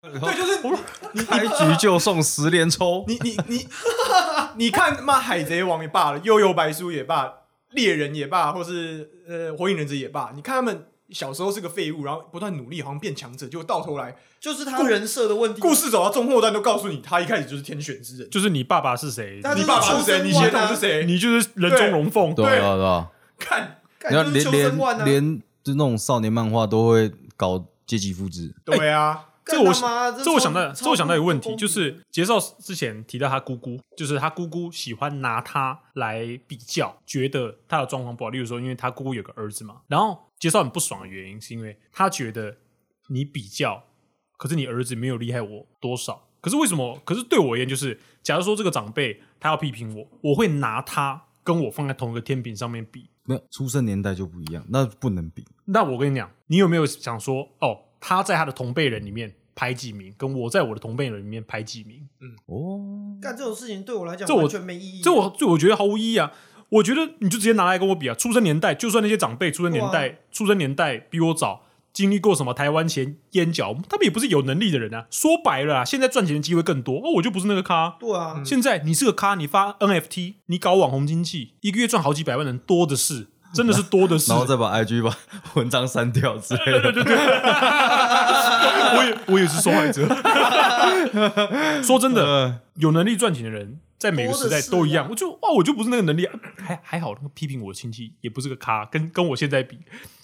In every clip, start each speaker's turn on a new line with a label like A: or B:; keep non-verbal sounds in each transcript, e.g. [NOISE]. A: 对，就是你
B: 开局就送十连抽，
A: 你你你你你看妈海贼王也罢了，悠悠白书也罢，猎人也罢，或是呃火影忍者也罢，你看他们小时候是个废物，然后不断努力，好像变强者，结果到头来
C: 就是他人设的问题。
A: 故事走到中后段都告诉你，他一开始就是天选之人。
D: 就是你爸爸是谁，
C: 但
A: 你爸爸是谁？你血统是谁？
D: 你就是人中龙凤。
B: [LAUGHS] 对啊
A: 对
B: 对啊对啊，
A: 看，
C: 干
B: 你要
C: 就是
B: 连
C: 求生万啊
B: 连！连就那种少年漫画都会搞阶级复制，
A: 对啊，
D: 这我
C: 干他妈
D: 这我想
C: 超
D: 到，这我想到一个问
C: 超不
D: 题，就
C: 公平
D: 是杰少之前提到他姑姑，就是他姑姑喜欢拿他来比较，觉得他的状况不好。例如说，因为他姑姑有个儿子嘛，然后杰少很不爽的原因，是因为他觉得你比较，可是你儿子没有厉害我多少。可是为什么？可是对我而言，就是假如说这个长辈他要批评我，我会拿他跟我放在同一个天平上面比，
B: 没有出生年代就不一样，那不能比。
D: 那我跟你讲，你有没有想说，哦，他在他的同辈人里面排几名，跟我在我的同辈人里面排几名？
B: 哦，
C: 干这种事情对我来讲
D: 这我
C: 完全没意义。
D: 这我这我觉得毫无意义啊！我觉得你就直接拿来跟我比啊，出生年代，就算那些长辈出生年代、出生年代比我早，经历过什么台湾前烟角，他们也不是有能力的人啊。说白了啊，现在赚钱的机会更多，哦，我就不是那个咖。
C: 对啊，
D: 现在你是个咖，你发 NFT，你搞网红经济，一个月赚好几百万人多的是，真的是多的是。
B: 然后再把 IG 把文章删掉之 [LAUGHS] 类的，
D: 我也我也是受害者。 [LAUGHS]
B: [LAUGHS]
D: 说真的，
B: 呃
D: 有能力赚钱的人，在每个时代都一
C: 啊
D: 样。我就哇，我就不是那个能力、啊，还还好，那个批评我的亲戚也不是个咖，跟跟我现在比，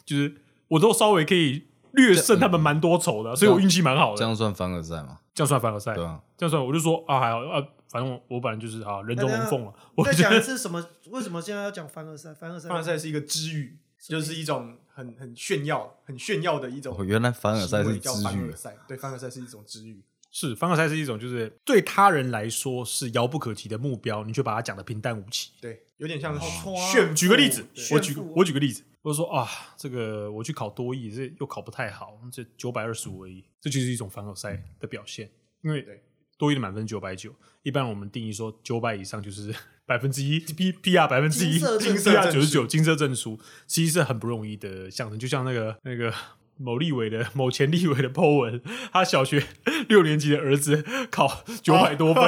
D: 就是我都稍微可以略胜他们蛮多筹的啊、所以我运气蛮好的。
B: 嗯这
D: 这样
B: 样算凡尔赛嘛？
D: 算凡尔赛，
B: 对啊
D: 这
B: 吧？
D: 样算我就说啊，还好啊，反正我我本来就是啊，人中龙凤了。
C: 你
D: 我
C: 再
D: 觉
C: 讲一
D: 得
C: 次什么？为什么现在要讲凡尔赛？凡尔赛，
A: 凡尔赛是一个知语，就是一种很很炫耀、很炫耀的一种
B: 哦，原来凡尔赛
A: 行
B: 是
A: 为叫
B: 知
A: 凡
B: 语
A: 尔，赛，对，凡尔赛是一种知语。
D: [LAUGHS] 是凡尔赛是一种，就是对他人来说是遥不可及的目标，你却把它讲的平淡无奇。
A: 对，有点像
C: 好戳啊
A: 炫富。
D: 举个例子
C: 对，
D: 我举
C: 炫富
D: 我举个例子，我就说啊，这个我去考多艺，这又考不太好，这九百二十五而已，这就是一种凡尔赛的表现。因为
A: 对
D: 多艺的满分九百九，一般我们定义说九百以上就是百分之一 P P R 百分之
C: 金
D: 一，
C: 色证
A: 书
D: P R 九十九金色证书，其实是很不容易的象征，就像那个那个。某立委的某前立委的 po 文，他小学六年级的儿子考九百多分，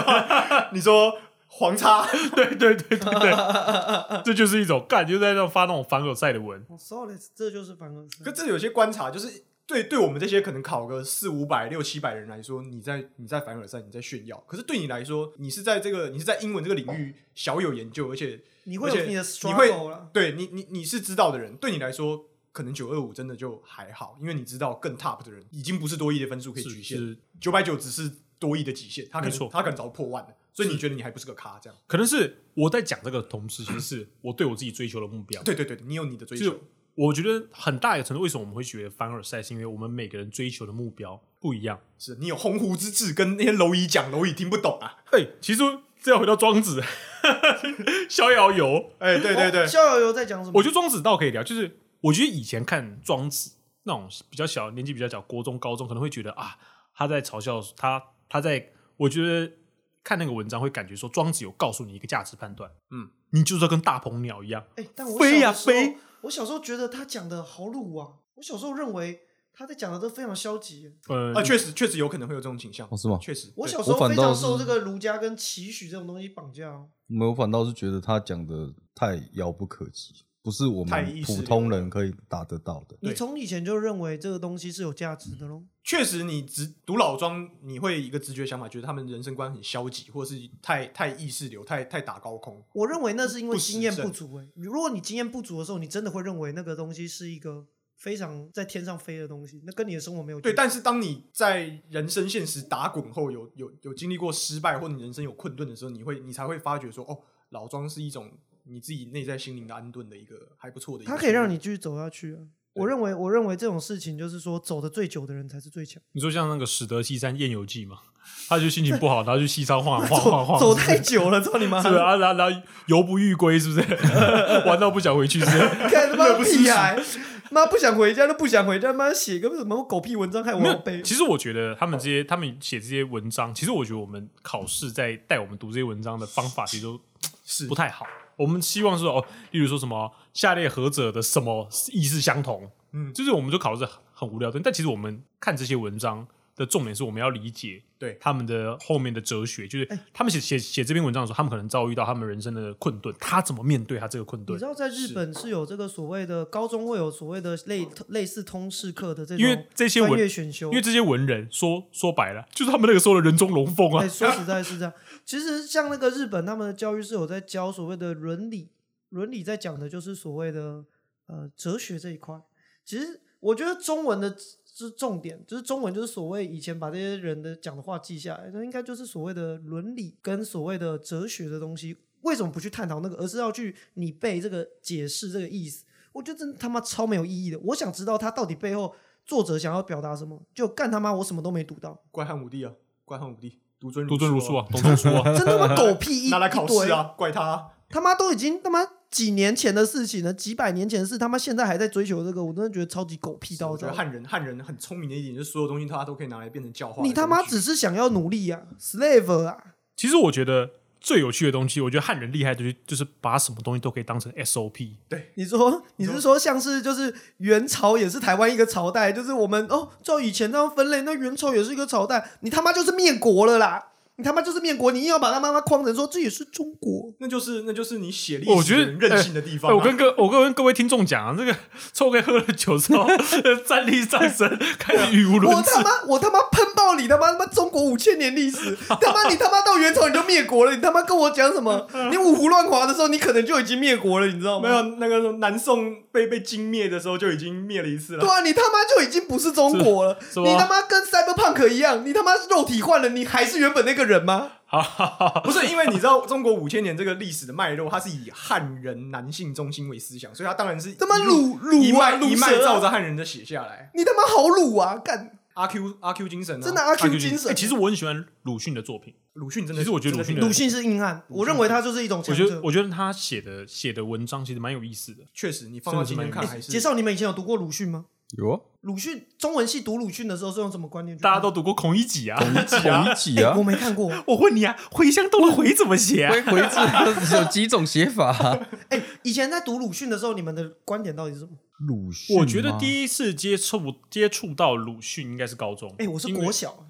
A: 你说黄叉，
D: 对对对对对，这就是一种干，就在那发那种凡尔赛的文。
C: 我哦 sorry，这就是凡尔赛
A: 可。这有些观察，就是对对我们这些可能考个四五百、六七百人来说，你在你在凡尔赛，你在炫耀。可是对你来说，你是在这个你是在英文这个领域小有研究，而且
C: 你会
A: 而且
C: 有你的
A: 你会
C: struggle 啦，
A: 对你你你是知道的人，对你来说。可能九二五真的就还好，因为你知道更 top 的人已经不是多亿的分数可以
D: 是
A: 局限，
D: 是，
A: 九百九只是多亿的极限，他可
D: 没错
A: 能他可能早破万了，所以你觉得你还不是个咖这样？
D: 可能是我在讲这个同时，其实 [CLEARS THROAT] 是我对我自己追求的目标。
A: 对对对，你有你的追
D: 就
A: 求
D: 是，我觉得很大一个程度，为什么我们会觉得凡尔赛，是因为我们每个人追求的目标不一样。
A: 是你有鸿鹄之志，跟那些蝼蚁讲，蝼蚁听不懂啊。
D: 哎、其实这要回到庄子， [LAUGHS] 逍遥游，
A: 哎、对对对
C: 哦，逍遥游在讲什么？
D: 我觉得庄子倒可以聊，就是我觉得以前看庄子那种比较小年纪比较小，国中高中可能会觉得啊，他在嘲笑他，他在我觉得看那个文章会感觉说庄子有告诉你一个价值判断，
A: 嗯，
D: 你就是要跟大鹏鸟一样，
C: 哎，但我
D: 飞呀
C: 小的时候
D: 飞，
C: 我小时候觉得他讲的好鲁啊，我小时候认为他在讲的都非常消极。
D: 呃，
A: 啊，确实确实有可能会有这种倾向
B: 哦，是吗？
A: 确实。
C: 我
A: 对
C: 小时候
B: 我
C: 非
B: 反
C: 常
B: 倒是
C: 受这个儒家跟期许这种东西绑架哦。
B: 没有，我反倒是觉得他讲的太遥不可及，不是我
A: 太
B: 们
A: 意识
B: 普
A: 流
B: 通
A: 了
B: 人可以达得到的。
C: 你
A: 对
C: 从以前就认为这个东西是有价值的喽？
D: 嗯
A: 确实你直读老庄，你会一个直觉想法，觉得他们人生观很消极，或是太太意识流，太太打高空。
C: 我认为那是因为
A: 不实
C: 经验
A: 证
C: 不足、欸。哎，如果你经验不足的时候，你真的会认为那个东西是一个非常在天上飞的东西，那跟你的生活没有
A: 对，
C: 距离
A: 但是当你在人生现实打滚后，有有有经历过失败，或你人生有困顿的时候，你会你才会发觉说，哦，老庄是一种你自己内在心灵的安顿的一个还不错的一个
C: 它
A: 训练。
C: 可以让你继续走下去啊。我
A: 对
C: 认为，我认为这种事情就是说，走得最久的人才是最强。
D: 你说像那个史德西山宴游记嘛，他就心情不好，然后去西山晃
C: [LAUGHS]
D: 晃晃
C: 走
D: 晃，
C: 走太久了，操你妈！
D: [LAUGHS] 是不是？啊，然后然后游不欲
C: [LAUGHS]
D: 归，是不 [LAUGHS] 是？玩到不想回去，是不是？
C: 看
D: [LAUGHS]
C: 他妈屁孩，妈不想回家都不想回家，妈写个什么狗屁文章害我
D: 没
C: 要
D: 有
C: 背。
D: 其实我觉得他们这些，他们写这些文章，其实我觉得我们考试在带我们读这些文章的方法，其实都
A: 是
D: 不太好。我们希望是哦，例如说什么下列何者的什么意思相同，
A: 嗯
D: 就是我们就考的是很无聊的。但其实我们看这些文章，的重点是我们要理解
A: 对
D: 他们的后面的哲学，就是
C: 哎
D: 他们写写写这篇文章的时候，他们可能遭遇到他们人生的困顿，他怎么面对他这个困
C: 你
D: 顿
C: 知？道在日本是有这个所谓的高中会有所谓的类类似通识课的这
D: 因为
C: 种
D: 这些
C: 专
D: 文，
C: 业选修，
D: 因为这些文人说说白了，就是他们那个时候的人中龙凤啊
C: 哎，，说实在是这样。其实像那个日本，他们的教育是有在教所谓的伦理，伦理在讲的就是所谓的呃哲学这一块。其实我觉得中文的是重点，就是中文就是所谓以前把这些人的讲的话记下来，那应该就是所谓的伦理跟所谓的哲学的东西。为什么不去探讨那个，而是要去你背这个解释这个意思？我觉得真他妈超没有意义的。我想知道他到底背后作者想要表达什么，就干他妈我什么都没读到。
A: 关汉武帝啊，关汉武帝独尊
D: 独尊儒术
A: 啊，
D: 啊，董仲舒啊，
C: 真他妈狗
A: [LAUGHS]
C: 屁一
A: 拿来考试！
C: 一堆
A: 啊，怪他啊。
C: 他妈都已经他妈几年前的事情了，几百年前的事，他妈现在还在追求这个，我真的觉得超级狗屁到
A: 我觉
C: 这
A: 得。汉人汉人很聪明的一点就是所有东西他都可以拿来变成教化的工具。
C: 你他妈只是想要努力啊，slave 啊！
D: 其实我觉得最有趣的东西，我觉得汉人厉害的就是就是把什么东西都可以当成 SOP。
C: 你说你是说像是就是元朝也是台湾一个朝代，就是我们哦照以前那样分类，那元朝也是一个朝代，你他妈就是灭国了啦！你他妈就是灭国，你硬要把他妈妈框成说这也是中国，
A: 那就是那就是你写历
D: 我
A: 史
D: 觉
A: 的
D: 得
A: 人任性的地方
D: 哎
A: 啊。
D: 我跟各我跟各位听众讲啊，这个 [LAUGHS] 臭哥喝了酒之后 [LAUGHS] 站立战神，开始语无伦
C: 我
D: 次
C: 他。妈，我他妈喷爆你他妈他妈中国五千年历史，他妈你他妈到元朝你就灭国了，你他妈跟我讲什么？你五胡乱华的时候，你可能就已经灭国了，你知道
A: 没
C: 吗？
A: 有那个南宋被被金灭的时候就已经灭了一次
C: 对
A: 了。
C: 啊，你他妈就已经不是中国了，
D: 是吗
C: 你他妈跟 Cyberpunk 一样，你他妈肉体换了，你还是原本那个人吗？
D: 好好
C: 啊
D: 好，
A: 不是因为你知道中国五千年这个历史的脉络，它是以汉人男性中心为思想，所以它当然是
C: 他妈
A: 一路
C: 鲁鲁
A: 一
C: 啊，
A: 脉
C: 鲁
A: 一脉照
C: 蛇
A: 着
C: 啊，
A: 汉人的写下来。
C: 你他妈好鲁啊，干，
A: 阿 Q 阿 Q 精神啊，
C: 真的阿 Q 精
D: 哎
C: 神。
D: 其实我很喜欢鲁迅的作品，
A: 鲁迅真的，
D: 其实我觉得鲁迅
A: 真
D: 的
A: 的
C: 鲁迅是硬汉，我认为他就是一种
D: 我
C: 强
D: 觉得
C: 者。
D: 我觉得他写的写的文章其实蛮有意思的。
A: 确实，你放到今天看
D: 真的
A: 还是
C: 哎介绍你们以前有读过鲁迅吗？
B: 有 [LAUGHS] 啊，
C: 鲁迅中文系读鲁迅的时候是用什么观念去看？哎
D: 大家都读过孔乙己啊，
B: 统一几啊
C: [LAUGHS] 哎，我，没看过。
D: [LAUGHS] 我问你啊，茴香豆的茴怎么写啊？
B: 回回字 [LAUGHS] 有几种写法啊？
C: 哎、以前在读鲁迅的时候，你们的观点到底是什么？
B: 鲁迅吗，啊
D: 我觉得第一次接触接触到鲁迅应该是高中。
C: 哎、我是
D: 因为
C: 国小，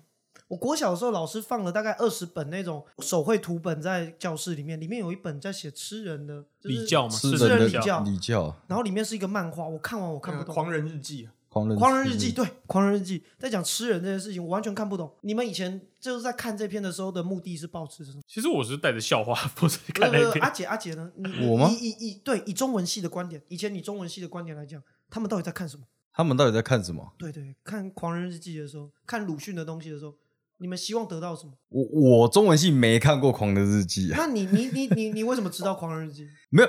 C: 我国小的时候老师放了大概二十本那种手绘图本在教室里面，里面有一本在写吃人的，就是
D: 礼教嘛，
B: 吃
D: 是
B: 人
C: 人的
B: 的
D: 礼教
C: 礼教
B: 礼教，
C: 然后里面是一个漫画，我看完我
A: 那
C: 看
A: 个
C: 不
A: 呃
C: 懂。
A: 狂人日记啊，
B: 狂
D: 嗯
B: 人
C: 狂人日记，
B: 是
C: 对，狂人日记在讲吃人这件事情，我完全看不懂。你们以前就是在看这篇的时候的目的是抱持什么？
D: 其实我是带着笑话，不是看
C: 不是不
D: 那
C: 是
D: 篇
C: 阿。姐阿姐呢？你
B: 我吗
C: 以以以对以中文系的观点，以前你中文系的观点来讲，他们到底在看什么？
B: 他们到底在看什么？
C: 对对，看《狂人日记》的时候，看鲁迅的东西的时候，你们希望得到什么？
B: 我我中文系没看过《狂人日记》啊， [LAUGHS]
C: 那你你你你你为什么知道
D: [LAUGHS] 哦
C: 《狂人日记》？
B: 没有。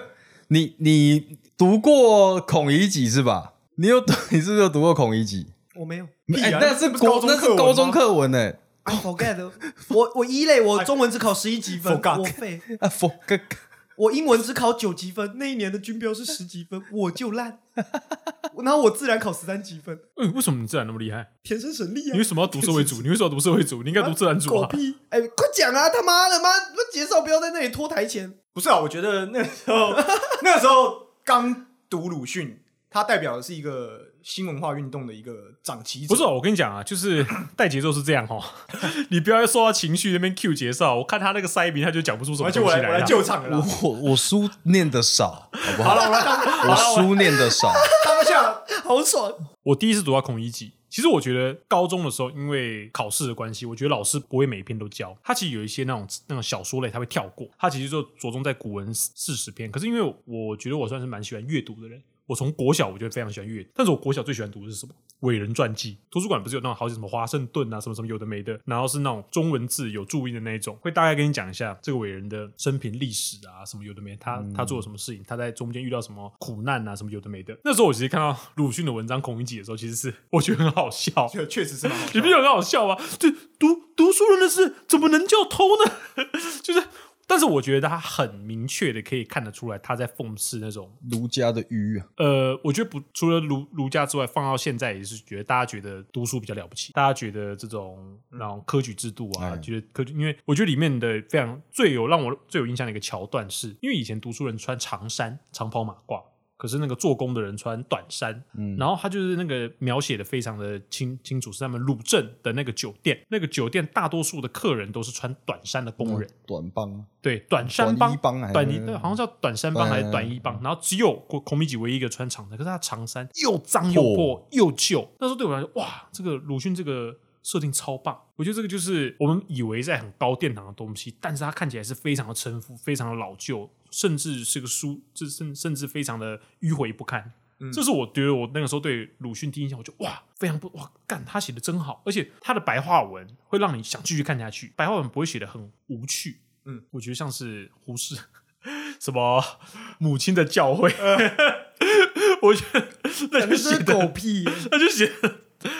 B: 你你读过孔乙己是吧？你有读你是不是有读过孔乙己？
C: 我没
D: 哦
C: 有
A: 屁
B: 哎
A: 啊
B: 那是
A: 不是
B: 国
A: 高中
B: 那
A: 课
B: 是
A: 文吗
B: 高中课文呢。
C: ，I forget 。 [LAUGHS] 我我一类
D: 哎
C: 我中文只考十一
D: [LAUGHS]
C: 级分，
A: Forgot
C: 我废。
B: 啊，佛哥
C: 我英文只考九级分，那一年的军标是十级分，我就烂。然后我自然考十三级分，
D: 嗯，为什么你自然那么厉害？
C: 天生神力啊！
D: 你为什么要读社会主？你为什么要读社会主？你应该读自然主
C: 狗
D: 啊！
C: 屁！哎、快讲啊！他妈的妈，那介绍不要在那里拖台前。
A: 不是啊，我觉得那时候那时候刚读鲁迅，他代表的是一个新文化运动的一个长旗者。
D: 不是、哦，我跟你讲
A: [COUGHS]
D: 啊，就是带节奏是这样哦， [LAUGHS] 你不要受到情绪那边 Q 介啊绍。我看他那个塞鼻，他就讲不出什么
A: 而且
D: 东
A: 我
D: 西
A: 来我来
D: 啊
A: 救场了啦。
B: 我我书念的少，好不好？
A: 好了，我来当
B: 我书念的少，
A: 当下
C: 好爽！
D: 我第一次读到孔乙己，其实我觉得高中的时候，因为考试的关系，我觉得老师不会每一篇都教，他其实有一些那种那种小说类，他会跳过，他其实就着重在古文四十篇。可是因为我觉得我算是蛮喜欢阅读的人，我从国小我就非常喜欢阅读，但是我国小最喜欢读的是什么？伟人传记，图书馆不是有那种好几什么华盛顿啊，什么什么有的没的，然后是那种中文字有注音的那一种，会大概跟你讲一下这个伟人的生平历史啊，什么有的没的，他他做了什么事情，他在中间遇到什么苦难啊，什么有的没的。那时候我其实看到鲁迅的文章《孔乙己》的时候，其实是我觉得很好笑，
A: 确确实是蛮好
D: 你
A: 笑
D: 不觉得很好笑吗？就读读书人的事怎么能叫偷呢？ [LAUGHS] 就是，但是我觉得他很明确的可以看得出来，他在讽刺那种
B: 儒家的迂啊，
D: 呃，我觉得不除了儒儒家之外，放到现在也是觉得大家觉得读书比较了不起，大家觉得这种那种科举制度啊，
B: 哎
D: 觉得科举，因为我觉得里面的非常最有让我最有印象的一个桥段是，因为以前读书人穿长衫、长袍马褂，可是那个做工的人穿短衫，然后他就是那个描写的非常的清清楚，是他们鲁镇的那个酒店，那个酒店大多数的客人都是穿短衫的工人，
B: 短棒，
D: 对，短衫
B: 短衣
D: 帮
B: 帮还是
D: 短衣，对好像叫短衫帮
B: 对
D: 还是短衣帮，然后只有孔孔米己唯一一个穿长衫，可是他长衫又脏又破又旧，那时候对我来说，哇，这个鲁迅这个。设定超棒，我觉得这个就是我们以为在很高殿堂的东西，但是它看起来是非常的陈腐、非常的老旧，甚至是个书，这甚甚至非常的迂回不堪。
B: 嗯
D: 这是我觉得我那个时候对鲁迅第一印象，我就哇，非常不哇，干他写的真好，而且他的白话文会让你想继续看下去，白话文不会写的很无趣，
A: 嗯，
D: 我觉得像是胡适什么母亲的教诲， [LAUGHS] 我觉得那
C: 呃感觉这
D: 就写
C: 是
D: 的
C: 狗屁耶，
D: 他就写得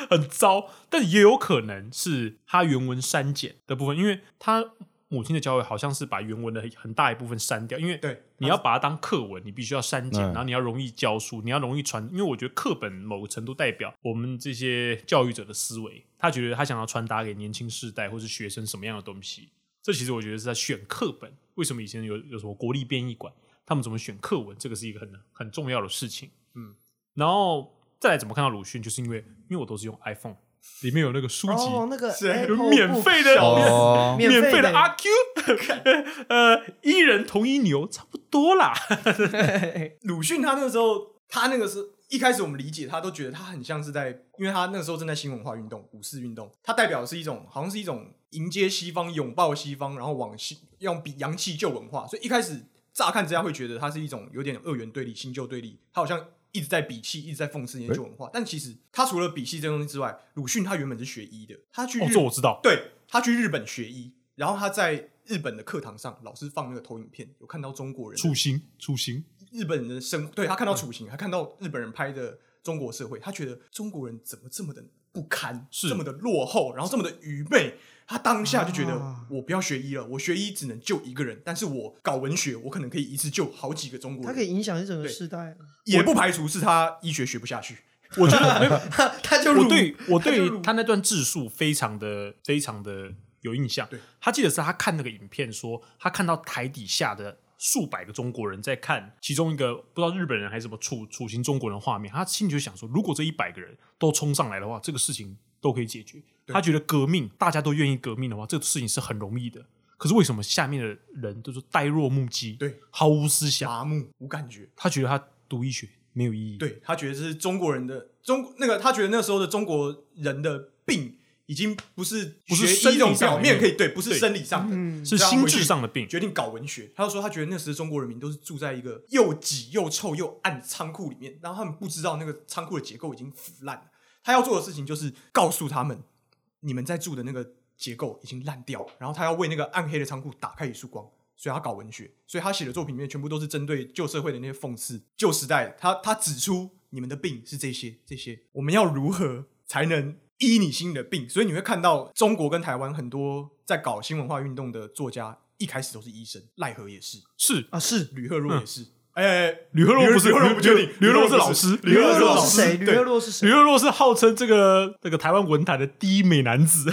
D: 很糟，但也有可能是他原文删减的部分，因为他母亲的教诲好像是把原文的很大一部分删掉，因为
A: 对
D: 你要把它当课文，你必须要删减，
B: 嗯
D: 然后你要容易教书，你要容易传，因为我觉得课本某个程度代表我们这些教育者的思维，他觉得他想要传达给年轻世代或是学生什么样的东西，这其实我觉得是在选课本。为什么以前有有什么国立编译馆，他们怎么选课文，这个是一个很很重要的事情。嗯，然后再来怎么看到鲁迅，就是因为因为我都是用 iPhone，里面有那个书籍，
C: 哦，那个
A: 是
C: Apple
D: 啊免
C: Book
D: 费的
B: 哦，
C: 免
D: 免
C: 费
D: 费
C: 的
D: 的阿 Q，呃， [LAUGHS] 一人同一牛，差不多啦。
A: 鲁迅他那个时候，他那个是一开始我们理解他都觉得他很像是在，因为他那个时候正在新文化运动、五四运动，他代表的是一种好像是一种迎接西方、拥抱西方，然后往西用比洋气旧文化，所以一开始乍看之下会觉得他是一种有点二元对立、新旧对立，他好像。一直在鄙弃，一直在讽刺那些旧文化，但其实他除了鄙弃这东西之外，鲁迅他原本是学医的，他去
D: 哦，
A: 日
D: 这我知道。
A: 对他去日本学医，然后他在日本的课堂上，老师放那个投影片，有看到中国人的
D: 处刑，处刑，
A: 日本人的生，对他看到
D: 嗯
A: 处刑，他看到日本人拍的中国社会，他觉得中国人怎么这么的不堪，
D: 是
A: 这么的落后，然后这么的愚昧。他当下就觉得，
C: 啊
A: 我不要学医了，我学医只能救一个人，但是我搞文学，我可能可以一次救好几个中国
C: 它
A: 人。
C: 可以影响一整个
A: 对
C: 世代。啊
A: 也不排除是他医学学不下去。
D: 我觉得没有
C: [LAUGHS] 他就
D: 我
C: 入
D: 对我
C: 他就
D: 对于
C: 入
D: 他那段自述非常的非常的有印象
A: 对。
D: 他记得是他看那个影片说，他看到台底下的数百个中国人在看其中一个不知道日本人还是什么处处刑中国人的画面，他心里就想说，如果这一百个人都冲上来的话，这个事情都可以解决。他觉得革命大家都愿意革命的话，这个事情是很容易的。可是为什么下面的人都是呆若木鸡，
A: 对，
D: 毫无思想？
A: 麻木无感觉，
D: 他觉得他读医学没有意义。
A: 对他觉得这是中国人的中那个，他觉得那时候的中国人的病已经不是
D: 不是
A: 学医这种
D: 生理上的
A: 表面可以对，不
D: 对嗯
A: 是生理上的，
D: 是
A: 这样
D: 心
A: 回去
D: 智上的病。
A: 决定搞文学。他就说，他觉得那时的中国人民都是住在一个又挤又臭又暗的仓库里面，然后他们不知道那个仓库的结构已经腐烂了。他要做的事情就是告诉他们，你们在住的那个结构已经烂掉了，然后他要为那个暗黑的仓库打开一束光。所以他搞文学，所以他写的作品里面全部都是针对旧社会的那些讽刺、旧时代。他他指出你们的病是这些这些，我们要如何才能医你心里的病？所以你会看到中国跟台湾很多在搞新文化运动的作家，一开始都是医生，赖何也是，
D: 是
C: 啊是
A: 吕赫若也
D: 嗯
A: 是。哎、
D: 吕赫若不是
A: 吕赫若不确定，
D: 吕赫若是老
A: 不
D: 师
A: 吕赫
C: 赫
A: 若
C: 洛
A: 是
C: 是谁？
A: 谁？
C: 吕赫
A: 对，
C: 洛是谁
D: 吕？赫若是号称这个这个台湾文坛的第一美
A: [LAUGHS]
D: 男子，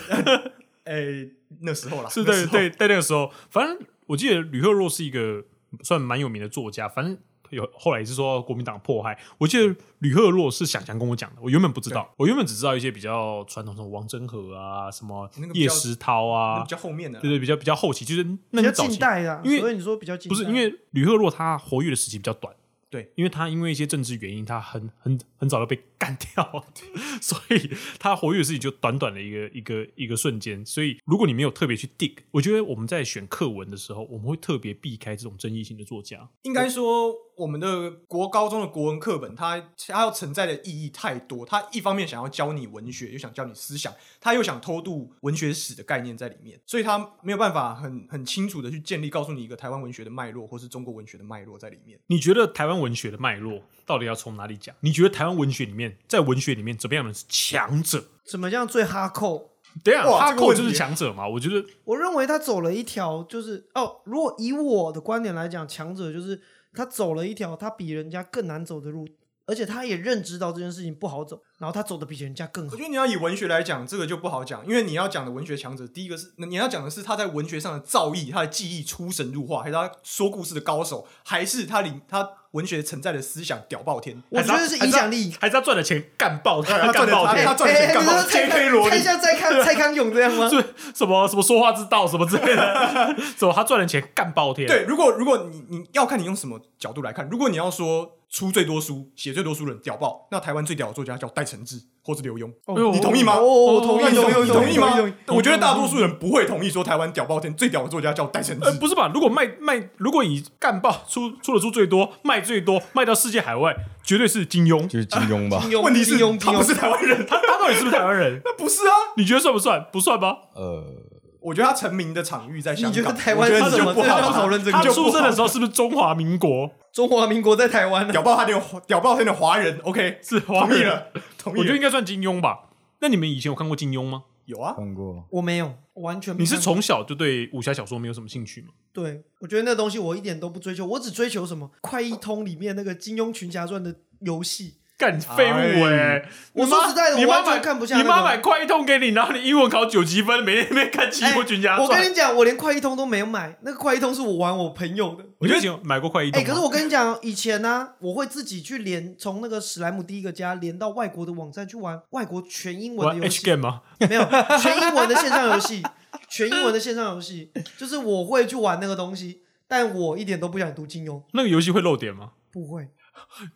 A: 哎、那时候啦，
D: 是
A: 那时
D: 对
A: 候
D: 对在那个时候，反正我记得吕赫若是一个算蛮有名的作家，反正有后来也是说国民党迫害。我记得吕赫若是想想跟我讲的，我原本不知道，我原本只知道一些比较传统的王真和啊，什么
A: 那个比较
D: 叶石涛
A: 那
D: 啊
A: 比，较后面的啦，
D: 对对，比较比较后期，就是那
C: 比较
D: 个早
C: 近
D: 期。
C: 代的啊，
D: 因为
C: 所以你说比较近代，
D: 不是因为吕赫若他活跃的时期比较短，
A: 对，
D: 因为他因为一些政治原因，他很很很早就被干掉， [LAUGHS] 所以他活跃的时期就短短的一个一个一个瞬间。所以如果你没有特别去 dig，我觉得我们在选课文的时候，我们会特别避开这种争议性的作家。
A: 应该说，我们的国高中的国文课本，它它要承载的意义太多。它一方面想要教你文学，又想教你思想，它又想偷渡文学史的概念在里面，所以它没有办法很很清楚的去建立，告诉你一个台湾文学的脉络，或是中国文学的脉络在里面。
D: 你觉得台湾文学的脉络到底要从哪里讲？你觉得台湾文学里面，在文学里面怎么样的人是强者？
C: 怎么样最哈扣？
D: 等一下，
A: 哇
D: 哈
A: 这个问
D: 扣
A: 题
D: 就是强者嘛？我觉得
C: 我认为他走了一条，就是哦，如果以我的观点来讲，强者就是他走了一条他比人家更难走的路，而且他也认知到这件事情不好走，然后他走的比人家
A: [LAUGHS]
C: 更
A: 我
C: 好
A: 觉。得你要以文学来讲，这个就不好讲，因为你要讲的文学强者，第一个是你要讲的是他在文学上的造诣，他的技艺出神入化，还是他说故事的高手，还是他领他文学存在的思想屌爆天。
C: 我觉得是影响力
D: 还是他赚的钱干爆
A: [LAUGHS]
D: 他，
A: 他啊赚
D: 干
A: 的
D: 爆
A: 他
D: 天，
A: 赚钱干嘛
C: 哎哎
A: [LAUGHS]
C: 你说蔡
D: JK 罗
C: 蔡
D: 琳
C: 像蔡康
A: 啊
C: 蔡康永这样
D: [LAUGHS]
C: 吗？
D: 是什么什么说话之道什么之类的， [LAUGHS] 什么他赚的钱干爆天，
A: 对，如果如果你你要看你用什么角度来看，如果你要说出最多书、写最多书的人屌爆，那台湾最屌的作家叫戴承志或是刘墉，
D: 哎呦，
A: 你同意吗？
C: 哦，我同
A: 那
C: 意，
A: 你
C: 同意，
A: 你同
C: 意
A: 意吗
C: 同意？
A: 我觉得大多数人不会同意说台湾屌爆天最屌的作家叫戴承
D: 呃，
A: 志。
D: 不是吧？如果卖卖，如果以干爆出出的书最多，卖最多，卖到世界海外，绝对是金庸。
B: 就是金庸吧
C: 金。庸，
A: 问题是
C: 金庸，
A: 他
C: 金
A: 不是
C: 庸，
A: 台湾人，？
D: 他他到底是不是台湾人
A: [LAUGHS] 那不是啊。
D: 你觉得算不算？不算吧。
B: 呃，
A: 我觉得他成名的场域在香港，
C: 你觉得台
A: 我
C: 湾
A: 觉得
C: 他
A: 你
C: 怎
A: 就
C: 么
A: 不
C: 他
A: 好
C: 不讨论这个
D: 他
A: 你就不
D: 出生的时
A: 好
D: 候是不是中华民国？
C: 中华民国在台湾啊呢
A: 屌。爆他那种屌爆天的华人，OK，
D: 是华
A: [LAUGHS] 同意
D: 人
A: 了，同
D: 我
A: 意
D: 觉得
A: 了。
D: 应该算金庸吧。那你们以前有看过金庸吗？
A: 有啊，
B: 看过
C: 我没有，完
A: 嗯
C: 全没
D: 你是
C: 看过
D: 从小就对武侠小说没有什么兴趣吗？
C: 对，我觉得那东西我一点都不追求，我只追求什么《快一通》里面那个《金庸群侠传》的游戏。
D: 干你废物
A: 哎
D: 哎！
C: 我
D: 你妈
C: 说实在的
D: 你
C: 我
D: 妈
C: 完全
D: 买
C: 看不下
D: 你
C: 那
D: 妈
C: 个
D: 买快一通给你，然后你英文考九级分，每天 [LAUGHS] 在那边看《七国群侠
C: 哎我
D: 传》。
C: 跟你讲，我连《快一通》都没有买，那个《快一通》是我玩我朋友的。
D: 我就以前有买过快一
C: 哎、
D: 通吗，
C: 可是我跟你讲，以前呢、我会自己去连从那个史莱姆第一个家连到外国的网站去玩外国全英文
D: 玩
C: 的游
D: H
C: 戏，
D: game 吗？
C: 没有全英文的线上游戏，全英文的线上游戏，就是我会去玩那个东西，但我一点都不想读金庸，
D: 那个游戏会漏点吗？
C: 不会。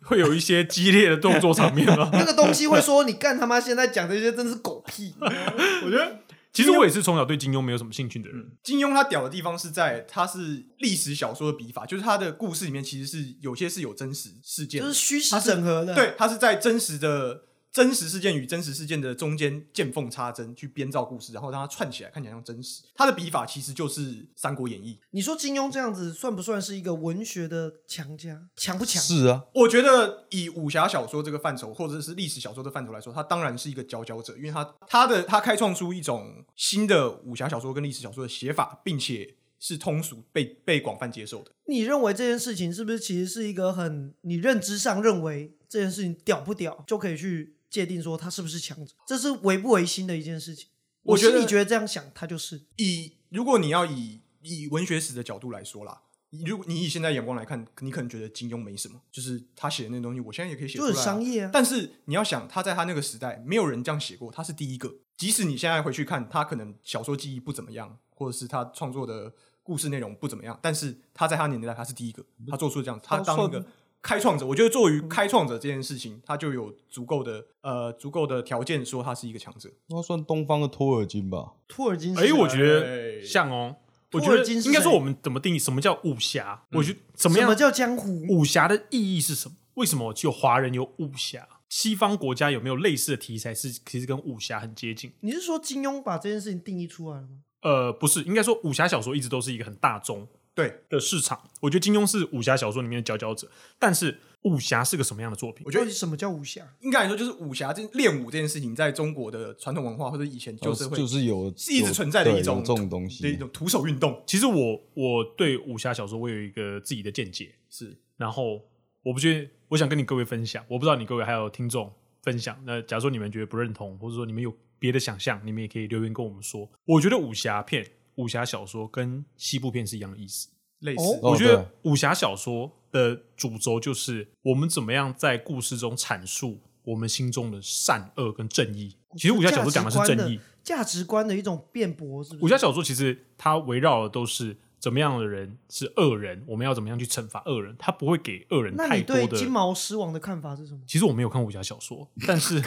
D: 会有一些激烈的动作场面
C: [LAUGHS]
D: 吗？
C: 那个东西会说你干他妈现在讲这些真是狗屁，
A: 我觉得
D: 其实我也是从小对金庸没有什么兴趣的人。
A: 嗯金庸他屌的地方是在他是历史小说的笔法，就是他的故事里面其实是有些是有真实事件
C: 就
A: 的，
C: 是虚实整合的。
A: 对，他是在真实的真实事件与真实事件的中间见缝插针去编造故事，然后让它串起来看起来像真实。他的笔法其实就是《三国演义》，
C: 你说金庸这样子算不算是一个文学的强家？强不强？
B: 是啊，
A: 我觉得以武侠小说这个范畴，或者是历史小说的范畴来说，它当然是一个佼佼者，因为它它的它开创出一种新的武侠小说跟历史小说的写法，并且是通俗被被广泛接受的。
C: 你认为这件事情是不是其实是一个很你认知上认为这件事情屌不屌，就可以去界定说他是不是强者？这是违不违心的一件事情。
A: 我觉
C: 心
A: 得
C: 里觉得这样想，他就是
A: 以如果你要以以文学史的角度来说啦。如果你以现在眼光来看，你可能觉得金庸没什么，就是他写的那东西，我现在也可以写出
C: 就
A: 来、
C: 很
A: 啊。
C: 商业啊。
A: 但是你要想，他在他那个时代，没有人这样写过，他是第一个。即使你现在回去看，他可能小说技艺不怎么样，或者是他创作的故事内容不怎么样，但是他在他年代，他是第一个，
C: 嗯
A: 他做出这样，他当一个开创者。我觉得作为开创者这件事情，他就有足够的呃足够的条件说他是一个强者。
B: 那算东方的托尔金吧？
C: 托尔金是
D: 哎、
C: 谁啊，
D: 我觉得像哦，我觉
C: 托
D: 得
C: 尔金是
D: 应该说
C: 谁嗯
D: 我们怎么定义什么叫武侠？我觉得怎么
C: 什
D: 样
C: 么叫江湖？
D: 武侠的意义是什么？为什么只有华人有武侠？西方国家有没有类似的题材是其实跟武侠很接近？
C: 你是说金庸把这件事情定义出来了吗？
D: 呃，不是，应该说武侠小说一直都是一个很大众
A: 对，
D: 的市场。我觉得金庸是武侠小说里面的佼佼者，但是武侠是个什么样的作品？
A: 我觉
C: 到
A: 得
C: 底什么叫武侠？
A: 应该来说，就是武侠这练武这件事情，在中国的传统文化或者以前就是会、
B: 哦就是有
A: 是一直存在的
B: 有
A: 一种
B: 对有这种东
A: 的一
B: 西。
A: 种徒手运动。
D: 其实我我对武侠小说我有一个自己的见解，
A: 是
D: 然后我不觉得，我想跟你各位分享，我不知道你各位还有听众分享。那假如说你们觉得不认同，或者说你们有别的想象，你们也可以留言跟我们说。我觉得武侠片、武侠小说跟西部片是一样的意思。
A: 类似，
C: 哦
B: 哦
D: 我觉得武侠小说的主轴就是我们怎么样在故事中阐述我们心中的善恶跟正义。其实武侠小说讲的是正义，
C: 价值观的一种辩驳，是不
D: 武
C: 是？
D: 侠小说其实它围绕的都是。怎么样的人是恶人？我们要怎么样去惩罚恶人？他不会给恶人
C: 那
D: 太
C: 你
D: 多的。
C: 对金毛狮王的看法是什么？
D: 其实我没有看武侠小
C: [LAUGHS]
D: 说，但是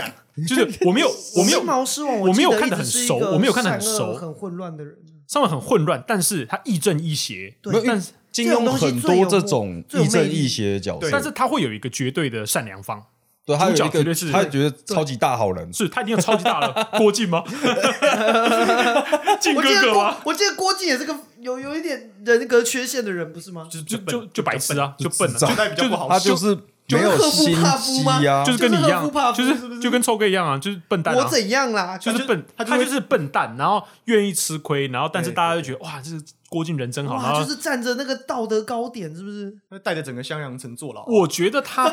D: 就是我没有，我没有
C: 金毛狮王，
D: 我没有
C: 记得
D: 看得
C: 一直
D: 很
C: 是一
D: 熟
C: 个
D: 我没有看得很
C: 善恶
D: 熟
C: 很混乱的人。
D: 上面很混乱，但是它亦正亦邪，
C: 对
D: 但是
B: 金庸很多这种
C: 这种东西最
B: 亦正
C: 有最有魅力
B: 亦邪的角色，
A: 对
D: 但是它会有一个绝对的善良方，
B: 对他有
D: 主角
B: 一
D: 绝对
B: 个
D: 是
B: 他觉得超级大好人，
D: 是他已经有超级
C: [LAUGHS]
D: 大了，郭靖吗？靖
C: 我
D: 哥
C: 记得
D: 哥吗
C: 郭？，我记得郭靖也是个有有一点人格缺陷的人，不是吗？
A: 就是
D: 就
A: 比较
D: 就
A: 笨
D: 就白痴啊，就笨
B: 就
D: 啊
B: 是。
A: 脑袋比较不好
B: 他
A: 使。
B: 就是没有
C: 就是
B: 心
C: 赫夫帕夫
B: 机啊
C: 吗
B: 呀
D: 就。是跟你一样
C: 就是赫夫帕，夫
D: 就是
C: 不是
D: 就跟臭哥一样啊，就是笨蛋啊
C: 我，怎样啦？
A: 他
D: 就是
A: 就
D: 笨，
A: 他
D: 他
A: 就会
D: 就是笨蛋，然后愿意吃亏，然后但是
A: 对
D: 大家就觉得哇，这是郭靖人真好，然
C: 哇，
D: 后
C: 就是站着那个道德高点，是
A: [LAUGHS]
C: 不是？ [LAUGHS]
A: 他带着整个襄阳城坐牢。
D: 我觉得他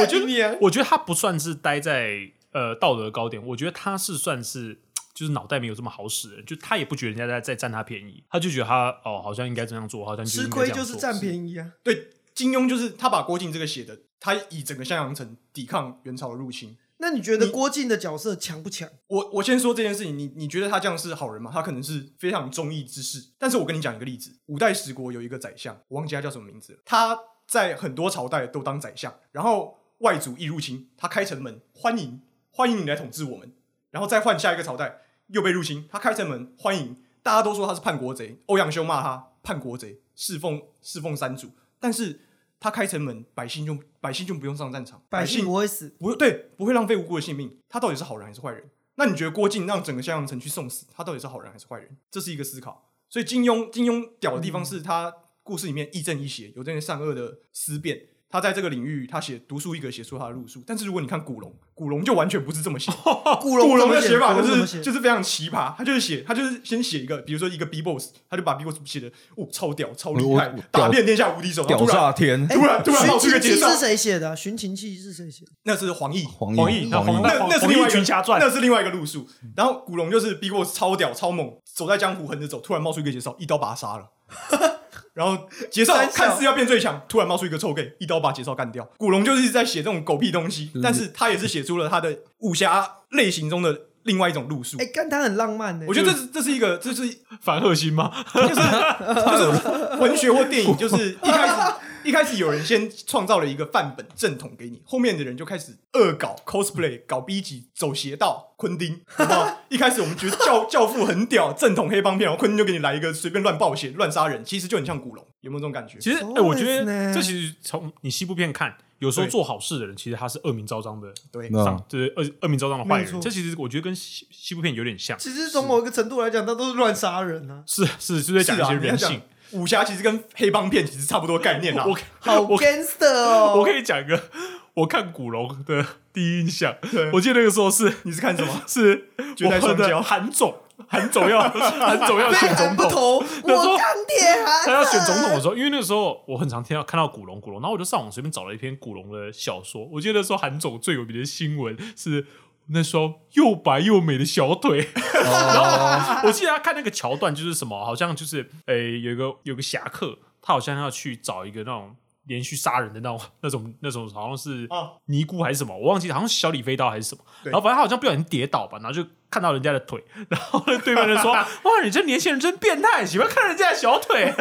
C: 我觉得你啊
D: 我觉得他不算是待在呃道德高点，我觉得他是算是就是脑袋没有这么好使的人，就他也不觉得人家在在占他便宜，他就觉得他哦好像应该这样做，好像就
C: 吃
D: 应该
C: 亏
D: 这样
C: 就是
D: 做
C: 占便宜啊。
A: 对，金庸就是他把郭靖这个写的，他以整个襄阳城抵抗元朝的入侵。
C: 那你觉得郭靖的角色强不强？
A: 我我先说这件事情，你你觉得他这样是好人吗？他可能是非常忠义之士。但是我跟你讲一个例子，五代十国有一个宰相，我忘记他叫什么名字了。他在很多朝代都当宰相，然后外族一入侵，他开城门欢迎欢迎你来统治我们，然后再换下一个朝代又被入侵，他开城门欢迎，大家都说他是叛国贼，欧阳修骂他叛国贼，侍奉侍奉三主，但是他开城门，百姓就百姓就不用上战场，
C: 百姓
A: 姓
C: 不会死，
A: 不对，不会浪费无辜的性命。他到底是好人还是坏人？那你觉得郭靖让整个襄阳城去送死，他到底是好人还是坏人？这是一个思考。所以金庸金庸屌的地
C: 嗯
A: 方是他故事里面亦正亦邪，有这些善恶的思辨。他在这个领域，他写独树一格，写出他的路数。但是如果你看古龙，古龙就完全不是这么写。
C: [LAUGHS] 古
A: 古
C: 怎
A: 龙
C: 么
A: 的写法就
C: 古龙怎么
A: 是
C: 写
A: 就是非常奇葩，他就是写他就是先写一个，比如说一个 B boss，他就把 B boss 写的哦超屌超厉害
B: 我我，
A: 打
B: 屌
A: 遍天下无敌手，然
B: 屌
A: 后突然
B: 炸天！
C: 哎
A: 突然突然冒出一个
C: 寻秦
A: 介
C: 记
A: 绍
C: 是，谁写的啊？寻秦记是谁写的？
A: 那是黄奕，
B: 黄奕
A: 奕，
B: 黄奕
A: 那那是另外一
D: 黄奕
A: 个
D: 群侠传
A: 那是另外一个路数。然后古龙就是逼过超屌超猛，走在江湖横着走，突然冒出一个杰少，一刀把他杀了。 [LAUGHS] 然后杰少
C: 三小
A: 看似要变最强，突然冒出一个臭 gay，一刀把杰少干掉。古龙就是一直在写这种狗屁东西，但是他也是写出了他的武侠类型中的另外一种路数
C: 哎，。干他很浪漫呢。
A: 我觉得这是这是一个这是
D: 反恶心吗？
A: 就是文学或电影，就是一开始一开始有人先创造了一个范本正统给你，后面的人就开始恶搞 cosplay、搞 B 级、走邪道、昆汀，好不好？一开始我们觉得教教父很屌，正统黑帮片，然后昆汀就给你来一个随便乱暴血、乱杀人，其实就很像古龙，有没有这种感觉？
D: 其实，哎、
C: Always
D: 我觉得
C: 呢
D: 这其实从你西部片看，有时候
A: 对
D: 做好事的人，其实他是恶名昭彰的
A: 对，
B: 嗯
D: 上，就是恶恶名昭彰的坏
C: 没
D: 人。
C: 错
D: 这其实我觉得跟西西部片有点像，
C: 其实从某一个程度来讲，他都是乱杀人啊。
D: 是是是在讲一些人
A: 是啊
D: 性。
A: 你要讲武侠其实跟黑帮片其实差不多概念啊啦。
D: 我
C: 好
D: 我
C: gangster 哦！
D: 我可以讲一个，我看古龙的第一印象
A: 对，
D: 我记得那个时候是
A: 你是看什么？
D: 是
A: 绝代
D: 我
A: 双骄
D: 的韩总，韩
A: [LAUGHS]
D: 总要韩总要
C: 非
D: 选
C: 韩
D: 总
C: 不
D: 统。 [LAUGHS]
C: 投，
D: 那时候
C: 我钢铁啊韩。
D: 他要选总统的时候，因为那时候我很常听到看到古龙，古龙，然后我就上网随便找了一篇古龙的小说。我记得那时候韩总最有名的新闻是那双又白又美的小腿。然 [LAUGHS] 后我记得他看那个桥段就是什么，好像就是诶、有一个有个侠客，他好像要去找一个那种。连续杀人的那种、 [LAUGHS] 那种、那种，好像是
A: 啊
D: 尼姑还是什么，我忘记，好像是小李飞刀还是什么。
A: 对
D: 然后反正他好像不小心跌倒吧，然后就看到人家的腿， [LAUGHS] 然后呢，对面人说：“哇，你这年轻人真变态，喜欢看人家的小腿。”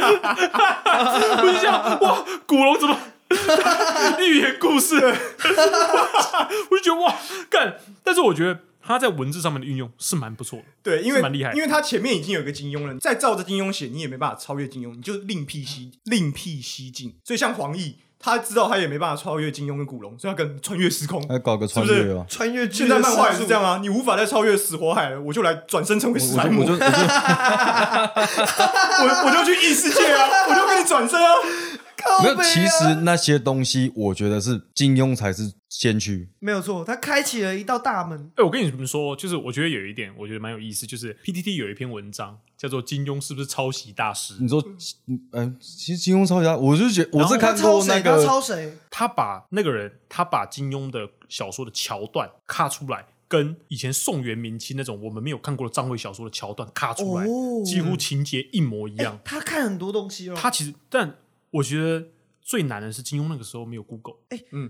D: 我就想，哇，古龙怎么 [LAUGHS] 寓言故事？ [LAUGHS] 我就觉得哇，干！但是我觉得他在文字上面的运用是蛮不错的。
A: 对，因为
D: 是蛮厉害的
A: 因为他前面已经有一个金庸了，你再照着金庸写，你也没办法超越金庸，你就另辟蹊
D: [LAUGHS]
A: 另辟蹊径。所以像黄奕，他知道他也没办法超越金庸跟古龙，所以他跟穿越时空。
B: 还搞个穿
A: 是不
B: 越
A: 是
B: 哦！
C: 穿越
A: [LAUGHS] 现
C: 剧的
A: 在漫画也是
C: 神
A: 这样啊，你无法再超越死火海了，我就来转身成为
B: 我
A: 史
B: 我
A: 莱
B: 就
A: 姆，
B: 我就
A: 我
B: 我
C: [LAUGHS]
D: 哎
B: 就
A: [LAUGHS] 我就去异世界啊，我就跟你转身啊。
C: 靠
B: 没有，
C: 北啊
B: 其实那些东西，我觉得是金庸才是先驱。
C: 没有错，他开启了一道大门。
D: 哎、我跟你们说，就是我觉得有一点，我觉得蛮有意思，就是 PTT 有一篇文章叫做《金庸是不是抄袭大师》，
B: 你说，嗯、其实金庸超级大，我就觉我是
C: 哦他
B: 看
C: 抄
B: 过
C: 谁？
B: 那
C: 他
B: 个
C: 抄谁？
D: 他把那个人，他把金庸的小说的桥段卡出来，跟以前宋元明清那种我们没有看过的章回小说的桥段卡出来，
C: 哦
D: 几乎情节一模一样
C: 哎。他看很多东西哦。
D: 他其实，但我觉得最难的是金庸那个时候没有 Google，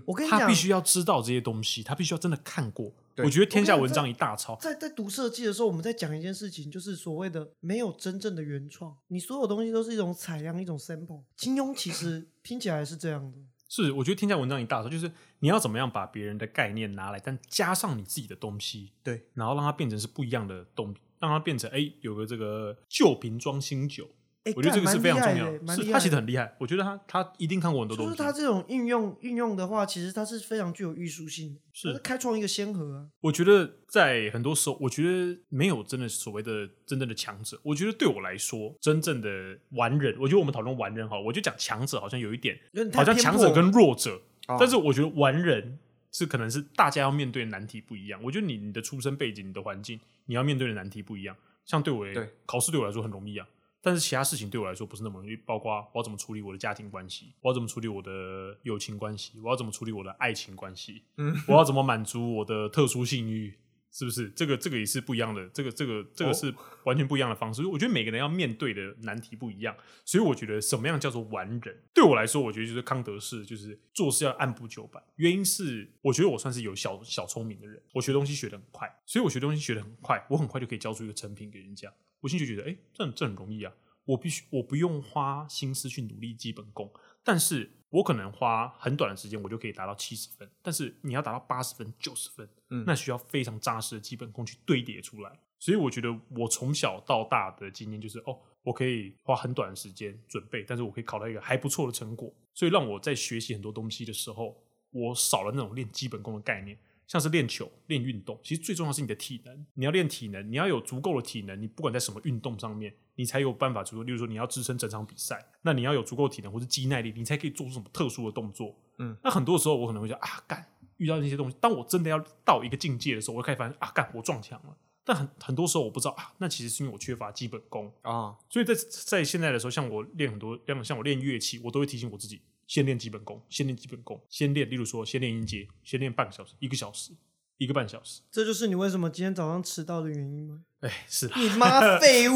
C: 我跟你
D: 他
C: 讲
D: 必，须要知道这些东西，他必须要真的看过。
A: 对
D: 我觉得天下文章一大抄，
C: 在在读设计的时候，我们在讲一件事情，就是所谓的没有真正的原创，你所有东西都是一种采样，一种 sample。金庸其实拼起来是这样的，
D: 是我觉得天下文章一大抄，就是你要怎么样把别人的概念拿来，但加上你自己的东西，
A: 对，
D: 然后让它变成是不一样的东，让它变成哎、有个这个旧瓶装新酒。
C: 哎，
D: 我觉得这个
C: 干
D: 是非常
C: 蛮
D: 重
C: 厉
D: 要
C: 害的
D: 的，
C: 蛮厉
D: 是
C: 害
D: 他写的
C: 的
D: 很厉害。我觉得他他一定看过很多
C: 就
D: 东
C: 是
D: 西。
C: 他这种运用运用的话，其实它是非常具有艺术性的，
D: 是
C: 它开创一个先河啊。
D: 我觉得在很多时候，我觉得没有真的所谓的真正的强者。我觉得对我来说，真正的完人，我觉得我们讨论完人哈，我就讲强者好像有一点，
C: 有点太
D: 好像
C: 偏
D: 强
C: 颇
D: 者跟弱者，
A: 哦
D: 但是我觉得完人是可能是大家要面对的难题不一样。我觉得你你的出身背景、你的环境，你要面对的难题不一样。像对我
A: 对
D: 考试对我来说很容易啊，但是其他事情对我来说不是那么容易，包括我要怎么处理我的家庭关系，我要怎么处理我的友情关系，我要怎么处理我的爱情关系，
A: 嗯，
D: 我要怎么满足我的特殊性欲。是不是？这个这个也是不一样的，这个这个这个
A: 哦
D: 是完全不一样的方式。我觉得每个人要面对的难题不一样，所以我觉得什么样叫做完人？对我来说，我觉得就是康德式，就是做事要按部就班。原因是，我觉得我算是有小小聪明的人，我学东西学得很快，所以我学东西学得很快，我很快就可以交出一个成品给人家。我心里就觉得，哎、这很这很容易啊，我必须我不用花心思去努力基本功，但是我可能花很短的时间，我就可以达到七十分，但是你要达到八十分、九十分，
A: 嗯
D: 那需要非常扎实的基本功去堆叠出来。所以我觉得我从小到大的经验就是，哦，我可以花很短的时间准备，但是我可以考到一个还不错的成果，所以让我在学习很多东西的时候，我少了那种练基本功的概念。像是练球、练运动，其实最重要是你的体能。你要练体能，你要有足够的体能，你不管在什么运动上面，你才有办法足够。例如说，你要支撑整场比赛，那你要有足够的体能或是肌耐力，你才可以做出什么特殊的动作。
A: 嗯，
D: 那很多时候我可能会觉得啊，干，遇到那些东西，当我真的要到一个境界的时候，我会开始发现啊，干，我撞墙了。但很很多时候我不知道啊，那其实是因为我缺乏基本功，
B: 嗯
A: 啊，
D: 所以在在现在的时候，像我练很多，像像我练乐器，我都会提醒我自己，先练基本功，先练基本功，先练，例如说先练音阶，先练半个小时、一个小时、一个半小时。
C: 这就是你为什么今天早上迟到的原
A: [LAUGHS]
C: 因吗？
D: 哎，是啦。
C: 你妈废物！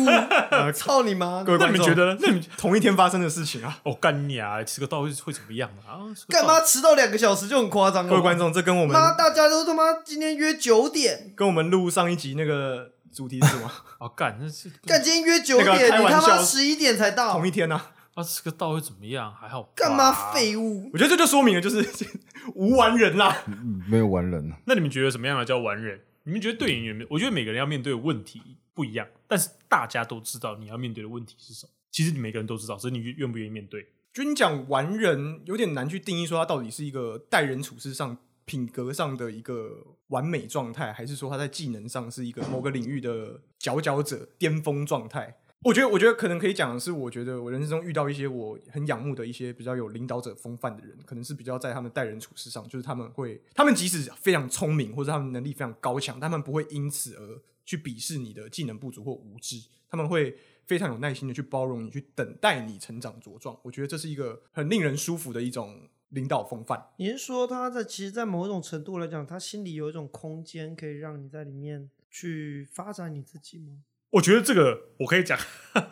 C: 操你妈！
A: 呃各位
D: 那
A: 观
D: 你
A: 众
D: 们觉得呢？那你们
A: 同一天发生的事情啊，
D: 哦干你啊，吃个到会会怎么样啊？啊吃个
C: 干
D: 到
C: 嘛迟到两个小时就很夸张了？
A: 各位观，众，这跟我们
C: 嗯妈，大家都他妈今天约九点，
A: 跟我们录上一集那个主题是什么？ [LAUGHS]
D: 啊干，那是
C: 干今天约九
A: 那个
C: 点，
A: 开
C: 你
A: 玩
C: 他妈
A: 笑
C: 十一点才到
A: 同，一天啊，
D: 啊吃个到会怎么样？还好吧
C: 干嘛？废物？
A: 我觉得这就说明了，就是 [LAUGHS] 无完人啦。
B: 嗯没有完人啊。
D: 那你们觉得什么样的叫完人？你们觉得对演员，我觉得每个人要面对的问题不一样，但是大家都知道你要面对的问题是什么。其实你每个人都知道，只是你愿不愿意面对。
A: 就你讲完人，有点难去定义说他到底是一个待人处事上、品格上的一个完美状态，还是说他在技能上是一个某个领域的佼佼者、巅峰状态。我觉得，我觉得可能可以讲的是，我觉得我人生中遇到一些我很仰慕的一些比较有领导者风范的人，可能是比较在他们待人处事上，就是他们会，他们即使非常聪明或者他们能力非常高强，但他们不会因此而去鄙视你的技能不足或无知，他们会非常有耐心的去包容你，去等待你成长茁壮。我觉得这是一个很令人舒服的一种领导风范。
C: 你是说他在其实，在某种程度来讲，他心里有一种空间，可以让你在里面去发展你自己吗？
D: 我觉得这个我可以讲，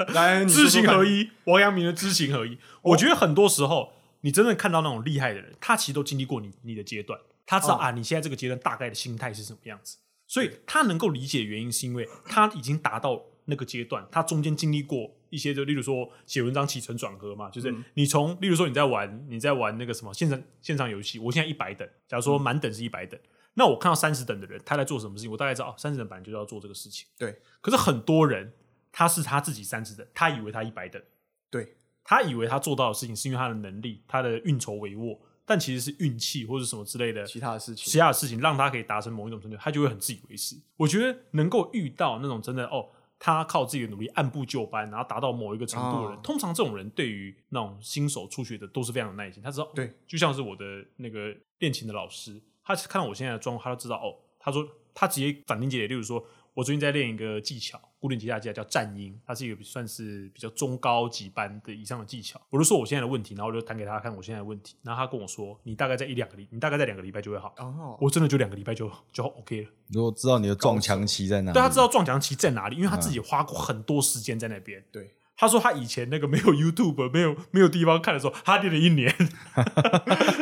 D: [LAUGHS]
A: 来，你说
D: 知
A: 说
D: 行
A: 看
D: 合，一，王阳明的知行合一。我觉得很多时候，你真的看到那种厉害的人，他其实都经历过你你的阶段，他知道、
A: 哦
D: 啊，你现在这个阶段大概的心态是什么样子，所以他能够理解原因，是因为他已经达到那个阶段，他中间经历过。一些就例如说写文章起承转合嘛，就是
A: 嗯
D: 你从、例如说你在玩你在玩那个什么线上线上游戏，我现在一百等，假
A: 嗯
D: 如说满等是一百等，那我看到三十等的人他在做什么事情，我大概知道哦，三十等本来就要做这个事情。
A: 对
D: 可是很多人他是他自己三十等，他以为他一百等，
A: 对，
D: 他以为他做到的事情是因为他的能力、他的运筹帷幄，但其实是运气或者什么之类的
A: 其他的事情
D: 其，他的事情，让他可以达成某一种成就，他就会很自以为是。我觉得能够遇到那种真的哦，他靠自己的努力按部就班，然后达到某一个程度的人，
A: 哦
D: 通常这种人对于那种新手初学的都是非常有耐心。他知道，
A: 对，
D: 就像是我的那个练琴的老师，他看到我现在的状况，他就知道哦，他说他直接斩钉截铁，例如说。我最近在练一个技巧，古典吉他技巧叫战音，它是一个算是比较中高级班的以上的技巧。我就说我现在的问题，然后我就弹给他看我现在的问题，然后他跟我说，你大概在一两个礼，你大概在两个礼拜就会好。
A: 哦，
D: 我真的就两个礼拜就就 OK 了。
B: 如果知道你的撞墙期在哪里，
D: 对他知道撞墙期在哪里，因为他自己花过很多时间在那边。
A: 对，
D: 他说他以前那个没有 [LAUGHS] YouTube、没有没有地方看的时候，他练了一年。
A: [LAUGHS]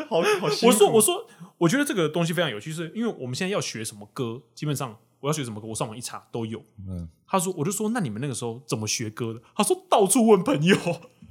A: 好好辛苦，哦
D: 我 [LAUGHS] 说我说，我觉得这个东西非常有趣，是因为我们现在要学什么歌，基本上我要学什么歌，我上网一查都有。
B: 嗯，
D: 他说，我就说，那你们那个时候怎么学歌的？他说到处问朋
A: [LAUGHS]
D: 友，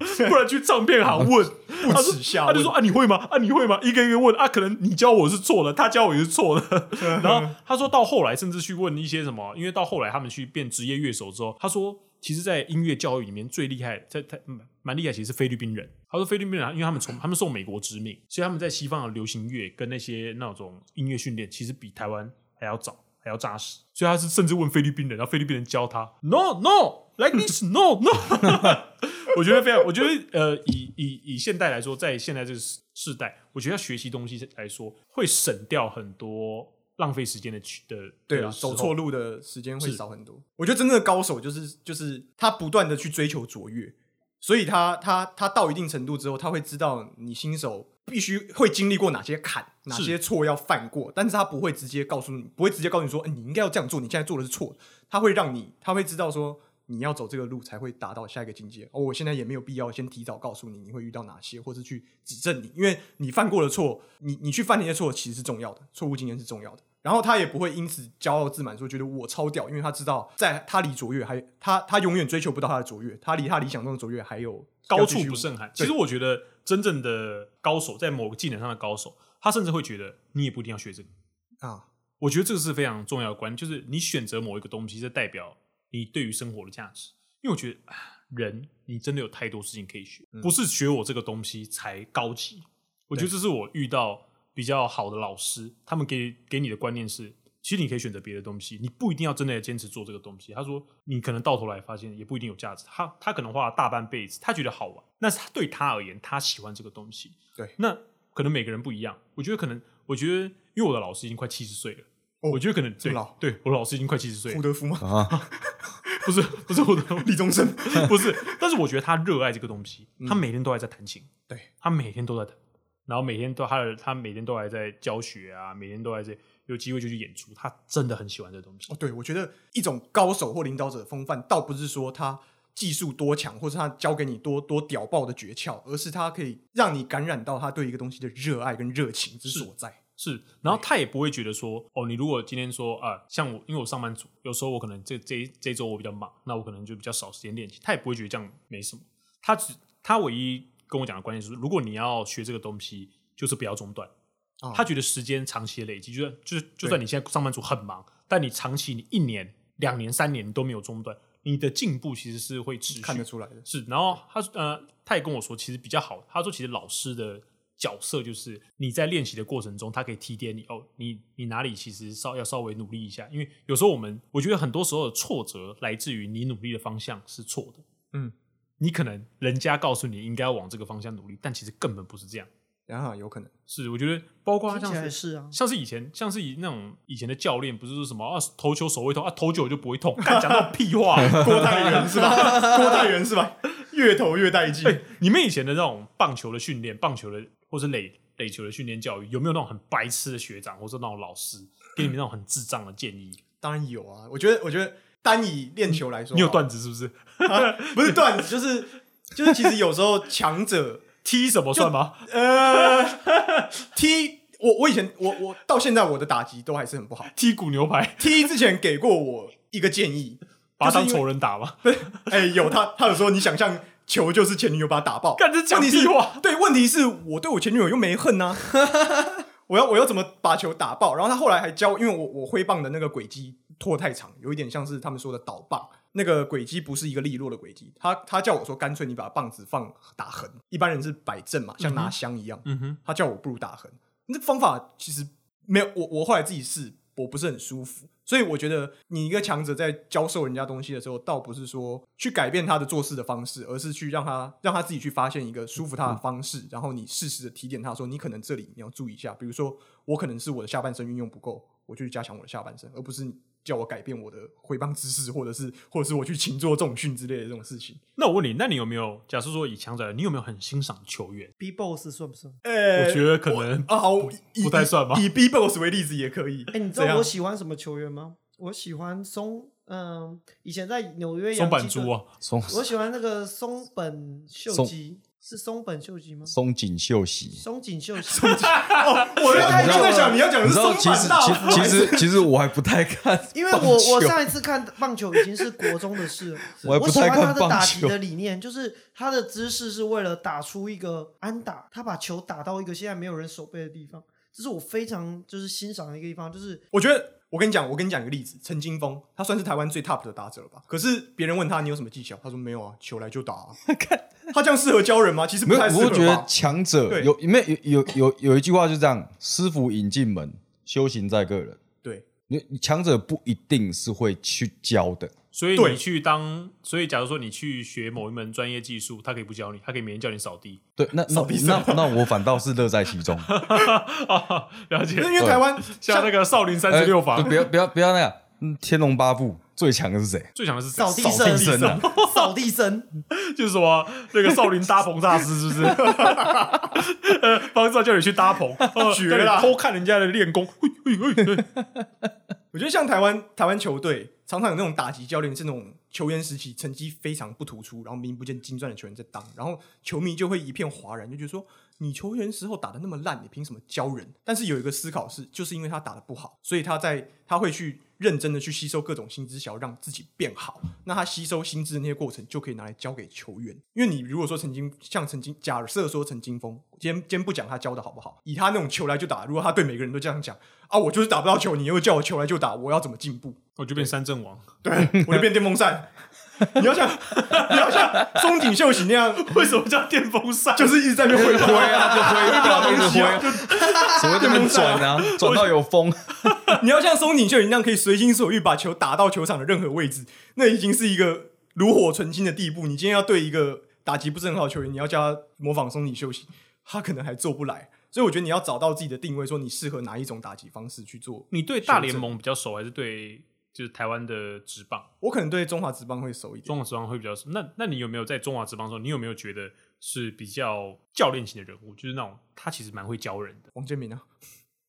D: 不然去唱片行问。
A: 不
D: 他
A: 耻下
D: 他就
A: 问
D: 说啊，你会吗？啊，你会吗？一个一个问啊，可能你教我是错的，他教我也是错的。然后他说到后来，甚至去问一些什么，因为到后来他们去变职业乐手之后，他说其实，在音乐教育里面最厉害，在他嗯蛮厉害，其实是菲律宾人。他说菲律宾人，因为他们从他们受美国殖民，所以他们在西方的流行乐跟那些那种音乐训练，其实比台湾还要早，还要扎实。所以他是甚至问菲律宾人，然后菲律宾人教他，no no，like this no no 。我觉得非常，我觉得呃，以以以现代来说，在现在这个时世代，我觉得要学习东西来说，会省掉很多浪费时间的去的
A: 对
D: 的
A: 啊，
D: 时候
A: 走错路的时间会
D: 是
A: 少很多。我觉得真正的高手就是就是他不断的去追求卓越，所以他他他到一定程度之后，他会知道你新手必须会经历过哪些坎，哪
D: 是
A: 些错要犯过，但是他不会直接告诉你，不会直接告诉你说、哎你应该要这样做，你现在做的是错的，他会让你，他会知道说你要走这个路才会达到下一个境界。哦，我现在也没有必要先提早告诉你你会遇到哪些，或是去指正你，因为你犯过的错，你你去犯那些错其实是重要的，错误经验是重要的。然后他也不会因此骄傲自满，说觉得我超屌，因为他知道在他离卓越还他他永远追求不到他的卓越，他离他理想中的卓越还有
D: 高
A: 要继
D: 处
A: 续
D: 不胜寒。其
A: 对
D: 实我觉得真正的高手，在某个技能上的高手，他甚至会觉得你也不一定要学这个。
A: 啊，
D: 我觉得这个是非常重要的观念，就是你选择某一个东西，这代表你对于生活的价值。因为我觉得啊人你真的有太多事情可以学，
A: 嗯
D: 不是学我这个东西才高级。我觉得这是我遇到比较好的老师，他们给给你的观念是，其实你可以选择别的东西，你不一定要真的坚持做这个东西。他说，你可能到头来发现也不一定有价值。他他可能花了大半辈子，他觉得好玩，那是他对他而言，他喜欢这个东西。
A: 对，
D: 那可能每个人不一样。我觉得可能，我觉得因为我的老师已经快七十岁了，
A: 哦
D: 我觉得可能
A: 这
D: 对
A: 么老
D: 对，我的老师已经快七十岁
A: 胡
D: 了，
A: 德夫吗？
B: 啊，
D: 不是不是我的，
A: 李宗盛
D: [LAUGHS] 不是，但是我觉得他热爱这个东西，他每天都还在弹琴，
A: 对
D: 他每天都在弹，然后每天都他的他每天都还在教学啊，每天都还在有机会就去演出，他真的很喜欢这个东西
A: 哦，。对，我觉得一种高手或领导者的风范，倒不是说他技术多强，或是他教给你多多屌爆的诀窍，而是他可以让你感染到他对一个东西的热爱跟热情之所在。
D: 是，然后他也不会觉得说，哦，你如果今天说啊、像我，因为我上班族，有时候我可能这这一这一周我比较忙，那我可能就比较少时间练习，他也不会觉得这样没什么。他只他唯一跟我讲的观念就是，如果你要学这个东西，就是不要中断。
A: 哦
D: 他觉得时间长期的累积，就算就是就
A: 对
D: 算你现在上班族很忙，但你长期你一年、两年、三年你都没有中断，你的进步其实是会持续
A: 看得出来的，
D: 是，然后他呃，他也跟我说，其实比较好。他说，其实老师的角色就是你在练习的过程中，他可以提点你哦，你你哪里其实稍要稍微努力一下，因为有时候我们我觉得很多时候的挫折来自于你努力的方向是错的。
A: 嗯，
D: 你可能人家告诉你应该要往这个方向努力，但其实根本不是这样。
A: 然后啊有可能
D: 是，我觉得包括他
C: 听
D: 像
C: 起来
D: 是
C: 是啊，
D: 像是以前，像是以那种以前的教练，不是说什么啊投球手会痛啊，投久了就不会痛，干讲到屁话， [LAUGHS]
A: 郭代元是 [LAUGHS] 吧？郭代元是吧？越投越带劲。
D: 哎、 [LAUGHS] 你们以前的那种棒球的训练，棒球的或是垒垒球的训练教育，有没有那种很白痴的学长，或是那种老师给你们那种很智障的建议？
A: 当然有啊，我觉得，我觉得单以练球来说，
D: 你有
A: [LAUGHS]
D: 段子是不是？
A: 不是段子，就是就是，其实有时候强者
D: 踢什么算吗？
A: [LAUGHS] 呃踢我，我以前我我到现在我的打击都还是很不好。
D: 踢骨牛排，
A: T 之前给过我一个建议，
D: 把他当
A: 就是因为
D: 仇人打吗？
A: 哎、有他，他有说你想象球就是前女友把他打爆，
D: [LAUGHS] 干这讲
A: 问题
D: 屁
A: 是
D: 话！
A: 对，问题是我对我前女友又没恨
D: [LAUGHS]
A: 呐、我要我要怎么把球打爆？然后他后来还教，因为我我挥棒的那个轨迹拖太长，有一点像是他们说的倒棒，那个轨迹不是一个利落的轨迹。他他叫我说，干脆你把棒子放打横，一般人是摆正嘛，像拿香一样。
D: 嗯哼，
A: 他叫我不如打横。那方法其实没有，我我后来自己试，我不是很舒服。所以我觉得，你一个强者在教授人家东西的时候，倒不是说去改变他的做事的方式，而是去让他让他自己去发现一个舒服他的方式，然后你适时的提点他说，你可能这里你要注意一下。比如说，我可能是我的下半身运用不够，我就去加强我的下半身，而不是叫我改变我的挥棒姿势，或者是或者是我去勤做重训之类的这种事情。
D: 那我问你，那你有没有假设说以强者来，你有没有很欣赏球员？
C: B boss 算不算？
A: 呃
D: 我觉得可能
A: 啊，好，以
D: 不太算吧
A: 以 B box 为例子也可以。
C: 哎、你知
A: 怎
C: 道
A: 样
C: 我喜欢什么球员吗？我喜欢松，嗯，以前在纽约
D: 松
C: 洋
D: 板
C: 基
D: 猪
C: 队，
D: 啊，
B: 松
C: 我喜欢那个松本秀
B: 松
C: 吉，是松本秀吉吗？
B: 松井秀喜。
C: 松井秀吉，
A: 我就
B: 你知道
A: 在想啊你要讲的
B: 你
A: 是
B: 知道，
A: 松
B: 其实
A: 板大辅，
B: 其其实其实我还不太看，
C: 因为我我上一次看棒球已经是国中的事了，
B: [LAUGHS] 我还不
C: 喜
B: 太
C: 欢他
B: 看
C: 的打
B: 棒
C: 击
B: 球
C: 的理念，就是他的姿势是为了打出一个安打，他把球打到一个现在没有人守备的地方，这是我非常就是欣赏的一个地方，就是
A: 我觉得。我跟你讲，我跟你讲一个例子，陈金峰，他算是台湾最 top 的打者了吧？可是别人问他你有什么技巧，他说没有啊，球来就打、 [LAUGHS] 啊。他这样适合教人吗？其实不
B: 没有，
A: 太适合
B: 我
A: 吧。
B: 觉得强者
A: 对
B: 有没有有有有一句话就这样：师傅引进门，修行在个人。
A: 对，
B: 你你强者不一定是会去教的，
D: 所以
A: 对
D: 你去当，所以假如说你去学某一门专业技术，他可以不教你，他可以每天叫你扫地。 [LAUGHS]
B: 对，那那
A: 扫地僧
B: 那那我反倒是乐在其中。
D: 了解
A: 因，为台湾
D: 像那个少林三
B: 哎
D: 十六法
B: 就，不要不要不要那样，嗯《天龙八部》最强的是谁？
D: 最强的是谁
C: 扫地
B: 扫地僧
C: 僧
B: 啊，
C: 扫地僧，
D: 就是什么那个少林搭棚大师，是不是？ [LAUGHS] 呃，方丈叫你去搭棚，呃
A: 绝
D: 叫你
A: 了
D: 偷看人家的练
B: [LAUGHS]
D: 功，嘿嘿嘿嘿
A: 我觉得像台湾台湾球队常常有那种打击教练是那种球员时期成绩非常不突出，然后名不见经传的球员在当，然后球迷就会一片哗然，就觉得说你球员时候打的那么烂，你凭什么教人？但是有一个思考是，就是因为他打的不好，所以他在他会去认真的去吸收各种新知晓，让自己变好。那他吸收新知的那些过程，就可以拿来教给球员。因为你如果说曾经像曾经，假设说陈金峰，今天今天不讲他教的好不好，以他那种球来就打，如果他对每个人都这样讲啊，我就是打不到球，你又叫我球来就打，我要怎么进步？
D: 我就变三阵王。
A: 对，我就变电风扇。你要像你要像松井秀喜那样， [LAUGHS]
D: 为什么叫电风 [LAUGHS] 扇？
A: 就是一直在那边挥挥
B: 挥 [LAUGHS] 啊，就挥，
A: 不到东
B: 就
A: 西啊
B: 挥，所谓的那边转啊，转到有风，
A: 你要像松井秀一样，可以随心所欲把球打到球场的任何位置，那已经是一个炉火纯青的地步。你今天要对一个打击不是很好的球员，你要叫他模仿松井秀喜，他可能还做不来。所以我觉得你要找到自己的定位，说你适合哪一种打击方式去做。
D: 你对大联盟比较熟，还是对就是台湾的职棒？
A: 我可能对中华职棒会熟一点。
D: 中华职棒会比较熟。那那你有没有在中华职棒的时候，你有没有觉得是比较教练型的人物？就是那种他其实蛮会教人的。
A: 王建民啊，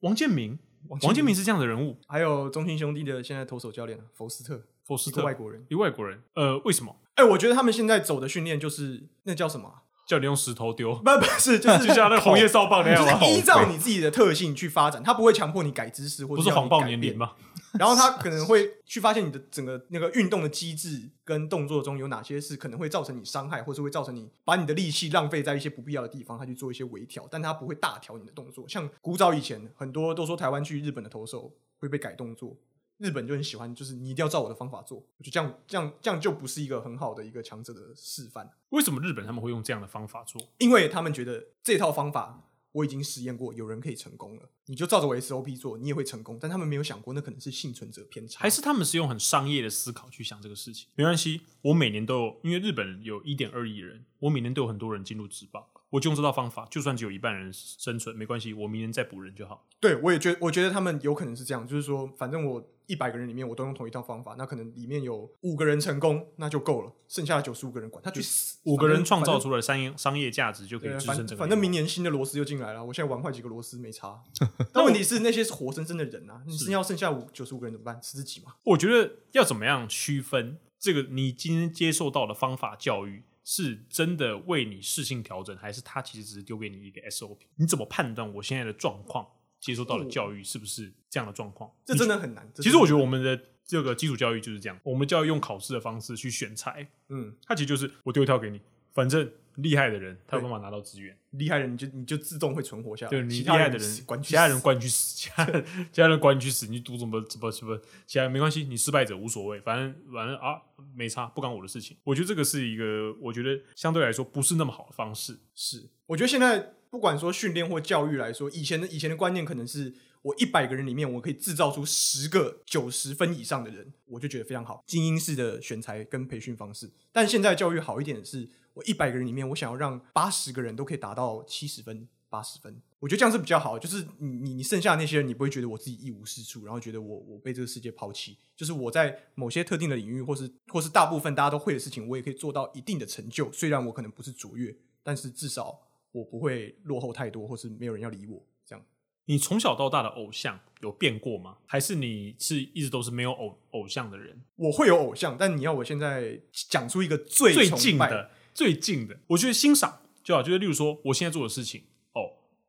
D: 王建民，
A: 王建民
D: 王建民是这样的人物，
A: 还有中信兄弟的现在投手教练啊福斯特，
D: 佛斯
A: 是个
D: 特
A: 外国人。
D: 一个外国人。呃，为什么
A: 哎、我觉得他们现在走的训练就是那叫什么啊、
D: 叫你用石头丢？
A: 不不是， [LAUGHS] 就是
D: 就像那个红叶少棒那样吗？
A: [LAUGHS] 就是依照你自己的特性去发展，他不会强迫你改知识或者
D: 不是
A: 要你
D: 谎报
A: 改
D: 年
A: 变
D: 龄。吗？
A: 然后他可能会去发现你的整个那个运动的机制跟动作中有哪些是可能会造成你伤害，或是会造成你把你的力气浪费在一些不必要的地方，他去做一些微调，但他不会大调你的动作。像古早以前，很多都说台湾去日本的投手会被改动作。日本就很喜欢，就是你一定要照我的方法做，我觉得这样这样这样就不是一个很好的一个强者的示范，
D: 为什么日本他们会用这样的方法做？
A: 因为他们觉得这套方法我已经实验过，有人可以成功了，你就照着我 SOP 做，你也会成功，但他们没有想过那可能是幸存者偏差，
D: 还是他们是用很商业的思考去想这个事情？没关系，我每年都有，因为日本有一点二亿人，我每年都有很多人进入职棒，我就用这套方法，就算只有一半人生存，没关系，我明年再补人就好。
A: 对，我也觉我觉得他们有可能是这样，就是说，反正我一百个人里面我都用同一套方法，那可能里面有五个人成功，那就够了，剩下的九十五个人管他去死。
D: 五个人创造
A: 出
D: 出来商业商业价值就可以
A: 对，啊
D: 支
A: 反
D: 撑整
A: 正
D: 个
A: 反
D: 联盟。
A: 正明年新的螺丝又进来了，我现在玩坏几个螺丝没
D: [LAUGHS]
A: 差。但问题是那些是活生生的人啊，你是要剩下五九十五个人怎么办？吃自己嘛？
D: 我觉得要怎么样区分这个你今天接受到的方法教育是真的为你适性调整，还是他其实只是丢给你一个 SOP？你怎么判断我现在的状况接受到的教育是不是这样的状况？
A: 这真的很难。这
D: 其实我
A: 真
D: 觉得我们的这个基础教育就是这样，我们就要用考试的方式去选材，
A: 的嗯，
D: 它其实就是我丢一条给你，反正厉害的人他有办法拿到资源，
A: 厉害人你就你就自动会存活下来，
D: 对你
A: 啊其
D: 厉
A: 他
D: 害的
A: 死
D: 人，
A: 管去
D: 其他
A: 死
D: 人关你去死， [LAUGHS] 其他人其他人关你去死，你读什么什么什么，其他没关系，你失败者无所谓，反正反正啊没差，不干我的事情。我觉得这个是一个，我觉得相对来说不是那么好的方式。
A: 是，我觉得现在不管说训练或教育来说，以前的以前的观念可能是我一百个人里面，我可以制造出十个九十分以上的人，我就觉得非常好，精英式的选材跟培训方式。但现在教育好一点的是，我一百个人里面，我想要让八十个人都可以达到七十分。八十分，我觉得这样是比较好。就是你你你剩下的那些人，你不会觉得我自己一无是处，然后觉得我我被这个世界抛弃。就是我在某些特定的领域，或是或是大部分大家都会的事情，我也可以做到一定的成就。虽然我可能不是卓越，但是至少我不会落后太多，或是没有人要理我。这样
D: 你从小到大的偶像有变过吗？还是你是一直都是没有偶偶像的人？
A: 我会有偶像，但你要我现在讲出一个最
D: 最
A: 崇
D: 近
A: 拜
D: 的，最近的，我觉得欣赏就好，就是例如说我现在做的事情，哦，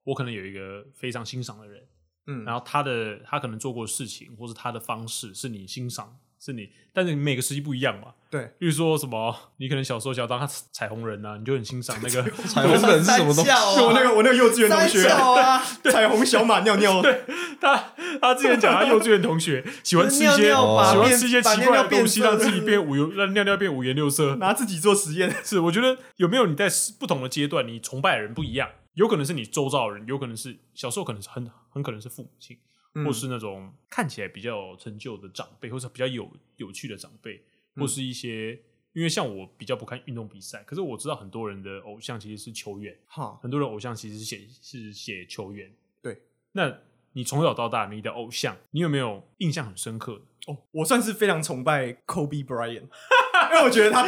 D: 我可能有一个非常欣赏的人，
A: 嗯，
D: 然后他的他可能做过的事情，或是他的方式是你欣赏，是你，但是你每个时期不一样嘛。
A: 对，
D: 例如说什么，你可能小时候想要当他彩虹人呐、啊你就很欣赏那
C: [LAUGHS]
D: 个
B: 彩虹人是什
A: [LAUGHS]
B: 么东西？
A: 就我那个我那个幼稚园同
C: 啊哦三
A: 学，
C: 小啊，
A: 彩虹小马尿尿，
D: [LAUGHS] 他。他之前讲他幼稚园同学喜欢吃一些
C: [LAUGHS] 尿尿啊把
D: 喜欢
C: 变
D: 吃一些
C: 把
D: 奇
C: 尿
D: 怪
C: 尿
D: 的
C: 变
D: 东西，
C: 色
D: 让自己变五颜让尿尿变五颜六色。
A: 拿自己做实验。
D: [LAUGHS] 是，我觉得有没有你在不同的阶段，你崇拜的人不一样，有可能是你周遭的人，有可能是小时候可能是很很可能是父母亲，
A: 嗯
D: 或是那种看起来比较有成就的长辈，或是比较有有趣的长辈，或是一些。因为像我比较不看运动比赛，可是我知道很多人的偶像其实是球员，
A: 好，
D: 很多人偶像其实是写是写球员。
A: 对，
D: 那你从小到大你的偶像，你有没有印象很深刻的？
A: 哦，我算是非常崇拜 Kobe Bryant，因为 [LAUGHS] 我觉得他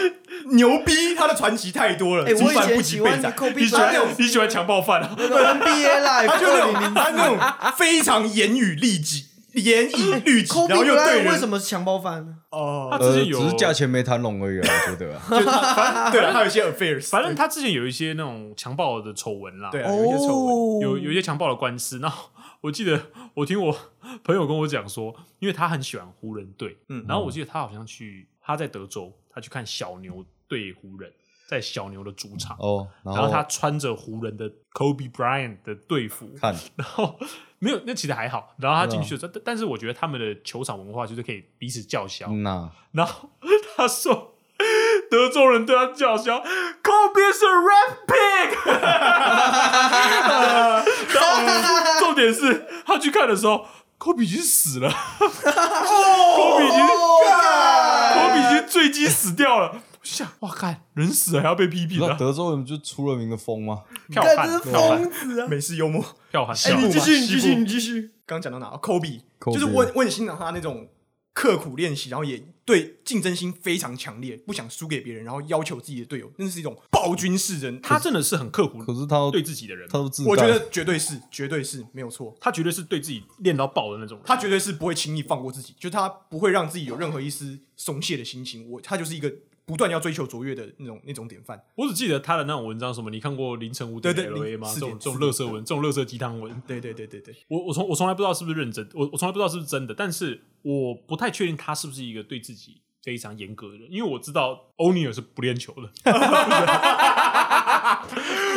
A: 牛逼，他的传奇太多了，
C: 哎
A: 平
C: 我以
A: 凡不
C: 前
A: 及备
C: 喜欢呃
A: 载。
C: Kobe
D: 你喜
C: [LAUGHS]
D: 欢
C: Bryant
D: 你喜欢强暴犯啊？
C: 那个 NBA
A: 他
C: Live
A: 就那
C: 二
A: 种
C: 零零
A: 他那种非常言语律己、严以律
C: [LAUGHS]
A: 己，然后
C: 哎 Kobe
A: 又对
C: Bryant
A: 人
C: 为什么是强暴犯呢？
A: 哦，
C: [LAUGHS]
D: 他之
B: 呃，
D: 前
B: 只
D: 有
B: 是价钱没谈拢而已啊，我觉得啊。
A: 就他反对了，他有一些 affairs，
D: 反正他之前有一些那种强暴的丑闻啦，
A: 对啊，有一些丑闻。
C: 哦，
D: 有有一些强暴的官司。然后我记得我听我朋友跟我讲说，因为他很喜欢湖人队，
A: 嗯
D: 然后我记得他好像去他在德州，他去看小牛对湖人，在小牛的主场，
B: 哦，然
D: 然后他穿着湖人的 Kobe Bryant 的队服，
B: 看
D: [LAUGHS] 然后没有，那其实还好。然后他进去的时候，但但是我觉得他们的球场文化就是可以彼此叫嚣。
B: 嗯呐，
D: 然后他说，德州人对他叫嚣，Kobe 是 rap pig。然后重点是他去看的时候，Kobe 已经死了，Kobe 已经，Kobe 已经坠机死掉了。我想，哇，看人死了还要被批
B: 你
D: 评啊
B: 知道
D: 了，
B: 德州人不就出了名的疯吗？
D: 票
C: 干
D: 贩
C: 这是
D: 票贩
C: 疯子啊！
A: 美式幽默，
D: 票贩
A: 哎
D: 票
A: 你
D: 贩
A: 这。西部嘛西部
C: 继续。
A: 刚讲到哪？Kobe，哦
B: Kobe
A: 就是我很我很欣赏他那种刻苦练习，然后也对竞争心非常强烈，不想输给别人，然后要求自己的队友，那是一种暴君式人。
D: 他真的是很刻苦
B: 可是他
D: 对自己的人，
B: 他都自
A: 我觉
B: 带
A: 得绝对是，绝对是没有错。
D: 他绝对是对自己练到爆的那种人。
A: 他绝对是不会轻易放过自己，就他不会让自己有任何一丝松懈的心情。我他就是一个不断要追求卓越的那种那种典范。
D: 我只记得他的那种文章，什么你看过凌晨五点
A: 对对
D: L A
A: 凌
D: 吗？
A: 四
D: 这
A: 点
D: 种
A: 四
D: 这种
A: 点
D: 乐色文，这种乐色鸡汤文，
A: 对对对对对，
D: 我我从我从来不知道是不是认真，我我从来不知道是不是真的，但是我不太确定他是不是一个对自己非常严格的人，因为我知道欧尼尔是不练球的， [LAUGHS]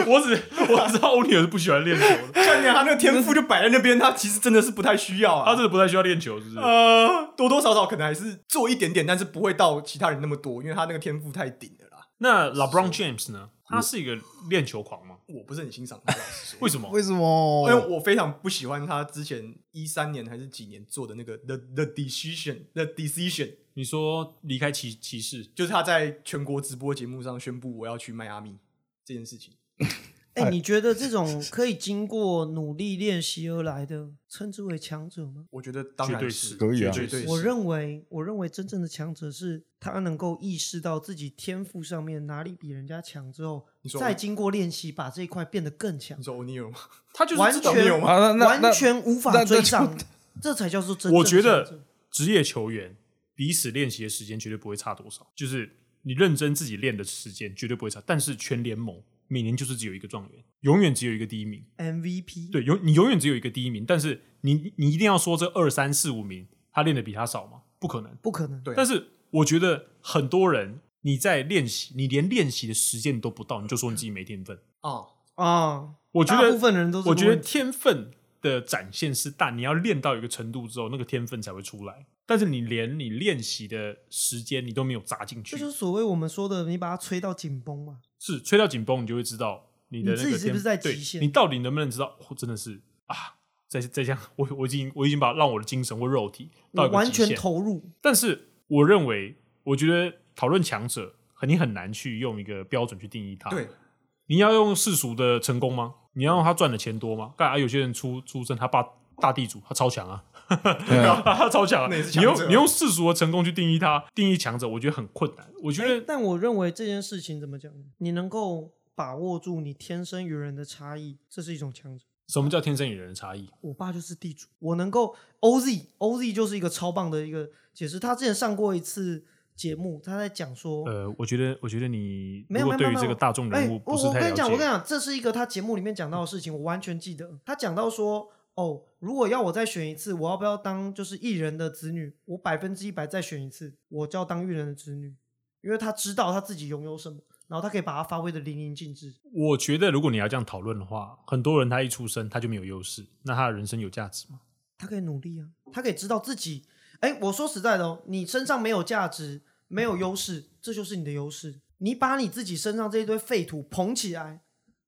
D: 我只我知道欧尼尔是不喜欢练球的，
A: 看见他那个天赋就摆在那边，他其实真的是不太需要
D: 他
A: 啊。
D: 真的不太需要练球，是不是？
A: 呃，多多少少可能还是做一点点，但是不会到其他人那么多，因为他那个天赋太顶了啦。
D: 那 LeBron James 呢？他是一个练球狂吗？
A: 我不是很欣赏他，老实
D: [LAUGHS]
A: 说
D: 为什么？
B: 什
A: 因为
B: 么？
A: 哎我非常不喜欢他之前一三年还是几年做的那个 the the decision the decision，
D: 你说离开骑骑士，
A: 就是他在全国直播节目上宣布我要去迈阿密这件事情。
C: 哎，你觉得这种可以经过努力练习而来的，称之为强者吗？
A: 我觉得当
D: 绝
A: 然
D: 对
A: 是
B: 可以啊
D: 绝
A: 绝对
D: 对
A: 是
C: 我认为，我认为真正的强者是他能够意识到自己天赋上面哪里比人家强之后
A: 你，说
C: 再经过练习把这一块变得更强
A: 你，说欧尼尔吗？
D: 他就是
C: 完
D: 知道
A: 你
C: 全
A: 有
B: 啊，那那那
C: 完全无
B: 那
C: 法
B: 那
C: 追
B: 就
C: 上，这才叫做真正的强者。
D: 我觉得职业球员彼此练习的时间绝对不会差多少，就是你认真自己练的时间绝对不会差。但是全联盟每年就是只有一个状元，永远只有一个第一名。
C: MVP
D: 对，永你永远只有一个第一名，但是你你一定要说这二三四五名他练的比他少吗？不可能。
C: 不可能。
A: 对啊
D: 但是我觉得很多人你在练习，你连练习的时间都不到，你就说你自己没天分。
A: 啊，
C: 啊，
D: 我觉得
C: 大部分人都是
D: 我
C: 这
D: 觉
C: 个
D: 得
C: 问题
D: 天分的展现是大，你要练到一个程度之后，那个天分才会出来。但是你连你练习的时间你都没有砸进去
C: 这，就是所谓我们说的，你把它吹到紧绷嘛。
D: 是吹到紧绷，你就会知道你的那
C: 你
D: 个
C: 自己是不是
D: 天
C: 在
D: 对
C: 极限
D: 你到底能不能知道？哦、真的是啊，再再这样，我我已经我已经把让我的精神或肉体到
C: 我
D: 一个
C: 完
D: 极
C: 全
D: 限
C: 投入，
D: 但是我认为，我觉得讨论强者，你很难去用一个标准去定义它。
A: 对，
D: 你要用世俗的成功吗？你要用他赚的钱多吗？干啊，有些人出出身他爸大地主，他超强啊，
B: 对啊
D: [LAUGHS] 他超强啊！
A: 那也是
D: 你
A: 强者啊
D: 用你用世俗的成功去定义他，定义强者，我觉得很困难。我觉得
C: 哎但我认为这件事情怎么讲，你能够把握住你天生与人的差异，这是一种强者。
D: 什么叫天生与人的差异？
C: 我爸就是地主，我能够 OZ OZ 就是一个超棒的一个解释。他之前上过一次节目，他在讲说，
D: 呃，我觉得，我觉得你
C: 没
D: 如
C: 有没
D: 果
C: 有
D: 对
C: 没
D: 于
C: 有
D: 这个大众
C: 哎
D: 人物不是
C: 我我
D: 太
C: 跟
D: 了
C: 你讲，我跟你
D: 解，
C: 讲，这是一个他节目里面讲到的事情，我完全记得。他讲到说，哦，如果要我再选一次，我要不要当就是艺人的子女？我百分之一百再选一次，我就要当艺人的子女，因为他知道他自己拥有什么，然后他可以把它发挥的淋漓尽致。
D: 我觉得如果你要这样讨论的话，很多人他一出生他就没有优势，那他的人生有价值吗？
C: 他可以努力啊，他可以知道自己。哎，我说实在的哦，你身上没有价值，没有优势，这就是你的优势。你把你自己身上这一堆废土捧起来，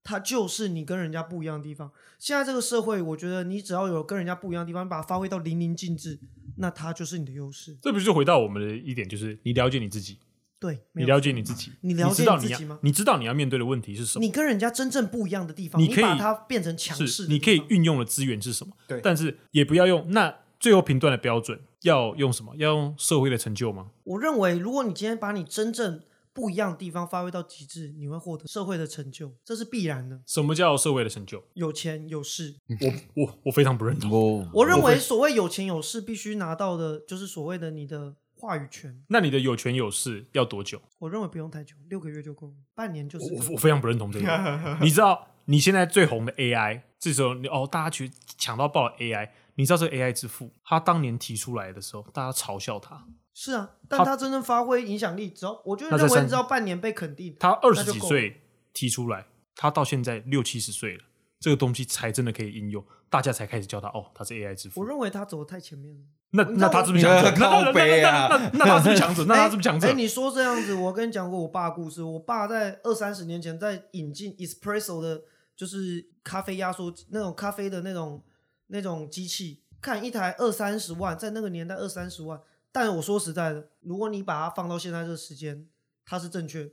C: 它就是你跟人家不一样的地方。现在这个社会，我觉得你只要有跟人家不一样的地方，把它发挥到淋漓尽致，那它就是你的优势。
D: 这不就回到我们的一点，就是你了解你自己，
C: 对，没
D: 你
C: 有
D: 了解你自己，
C: 你了解
D: 知道
C: 你
D: 你
C: 自
D: 要
C: 己吗
D: 你知道你要面对的问题是什么，
C: 你跟人家真正不一样的地方，
D: 你
C: 你
D: 可以
C: 把它变成强势
D: 是
C: 的地方，
D: 你可以运用的资源是什么，
A: 对
D: 但是也不要用那最后评断的标准要用什么？要用社会的成就吗？
C: 我认为，如果你今天把你真正不一样的地方发挥到极致，你会获得社会的成就，这是必然的。
D: 什么叫社会的成就？
C: 有钱有势，
D: 嗯我我我非常不认同。
B: 我
C: 我认为所谓有钱有势，必须拿到的就是所谓的你的话语权。
D: 那你的有权有势要多久？
C: 我认为不用太久，六个月就够了，半年就是
D: 我
C: 够
D: 我非常不认同这
C: [LAUGHS]
D: 个。你知道你现在最红的 AI，这时候你哦，大家去抢到爆的 AI，你知道这个 AI 之父，他当年提出来的时候，大家嘲笑他，
C: 是啊，但他真正发挥影响力，只要我就
D: 那
C: 认
D: 在
C: 为
D: 三
C: 只要半年被肯定，
D: 他二十
C: 那就
D: 几
C: 够了
D: 岁提出来，他到现在六七十岁了，这个东西才真的可以应用，大家才开始叫他哦，他是 AI 之
C: 我
D: 父。
C: 认为他走的太前面了。
D: 那
C: 你知
D: 那
C: 道
D: 他
C: 我
D: 是不是强者？那那
B: 靠北
D: 那
B: 啊
D: 那那那他是不是强者？那他
C: 哎
D: 是不是强
C: 哎、
D: 者？
C: 你说这样子，我跟你讲过我爸的故事。我爸在二三十年前在引进 espresso 的，就是咖啡压缩那种咖啡的那种那种机器，看一台二三十万，在那个年代二三十万。但我说实在的，如果你把它放到现在这个时间，它是正确的，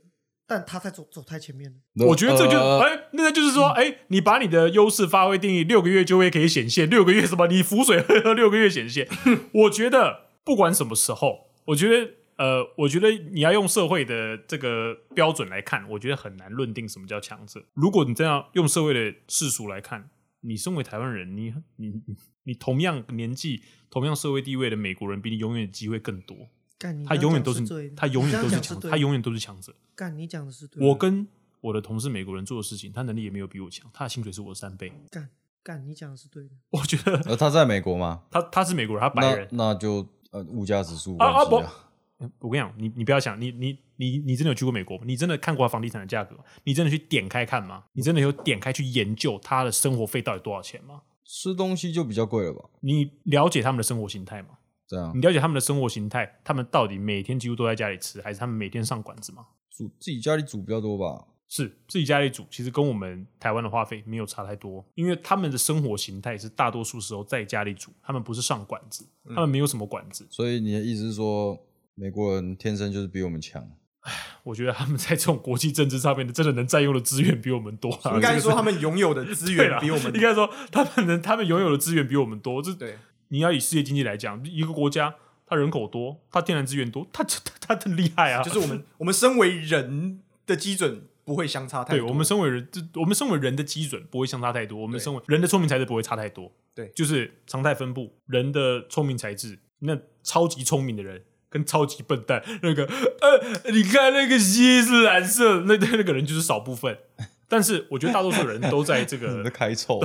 C: 但它在走走太前面了。
D: 我觉得这就
B: 呃
D: 哎，那就是说，哎，你把你的优势发挥定义，六个月就会可以显现，六个月什么？你浮水喝喝六个月显
B: [LAUGHS]
D: 现。我觉得不管什么时候，我觉得呃，我觉得你要用社会的这个标准来看，我觉得很难论定什么叫强者。如果你这样用社会的世俗来看，你身为台湾人，你你你你同样年纪、同样社会地位的美国人，比你永远的机会更多。
C: 干你
D: 他
C: 这样
D: 永
C: 讲
D: 远都
C: 是对
D: 是
C: 的，
D: 他永
C: 你这
D: 远
C: 样
D: 都是
C: 讲
D: 强，
C: 对
D: 他
C: 的
D: 永远都是强者。
C: 干你讲的是对的，
D: 我跟我的同事美国人做的事情，他能力也没有比我强，他的薪水是我的三倍。 [LAUGHS]
C: 干干你讲的是对的。
D: 我觉得
B: 呃，他在美国吗？
D: 他他是美国人，他白
B: 那
D: 人。
B: 那就呃物价指数
D: 啊啊
B: 关系啊，
D: 我跟你讲，你你不要想，你你你你真的有去过美国吗？你真的看过他房地产的价格吗？你真的去点开看吗？你真的有点开去研究他的生活费到底多少钱吗？
B: 吃东西就比较贵了吧？
D: 你了解他们的生活形态吗？
B: 这样
D: 你了解他们的生活形态，他们到底每天几乎都在家里吃，还是他们每天上馆子吗？
B: 煮自己家里煮比较多吧？
D: 是自己家里煮，其实跟我们台湾的花费没有差太多，因为他们的生活形态是大多数时候在家里煮，他们不是上馆子，
A: 嗯
D: 他们没有什么馆子。
B: 所以你的意思是说，美国人天生就是比我们强？
D: 我觉得他们在这种国际政治上面的，真的能占用的资源比我们多啦。
A: 应该
D: 啊这个是
A: 说他们拥有的资
D: [LAUGHS] 对
A: 源
D: 啦
A: 比我们
D: 应该说他们能他们拥有的资源比我们多。这
A: 对，
D: 你要以世界经济来讲，一个国家它人口多，它天然资源多，它它它很厉害啊。
A: 就是我们我们身为人的基准不会相差太
D: 对
A: 多。
D: 我们身为人，这我们身为人的基准不会相差太多，我们
A: 对
D: 身为人的聪明才智不会差太多。
A: 对
D: 就是常态分布，人的聪明才智，那超级聪明的人跟超级笨蛋，那个呃，你看那个鸡是蓝色，那那那个人就是少部分。但是我觉得大多数人都在这
B: 你在
D: 个
A: [LAUGHS]
B: 开臭？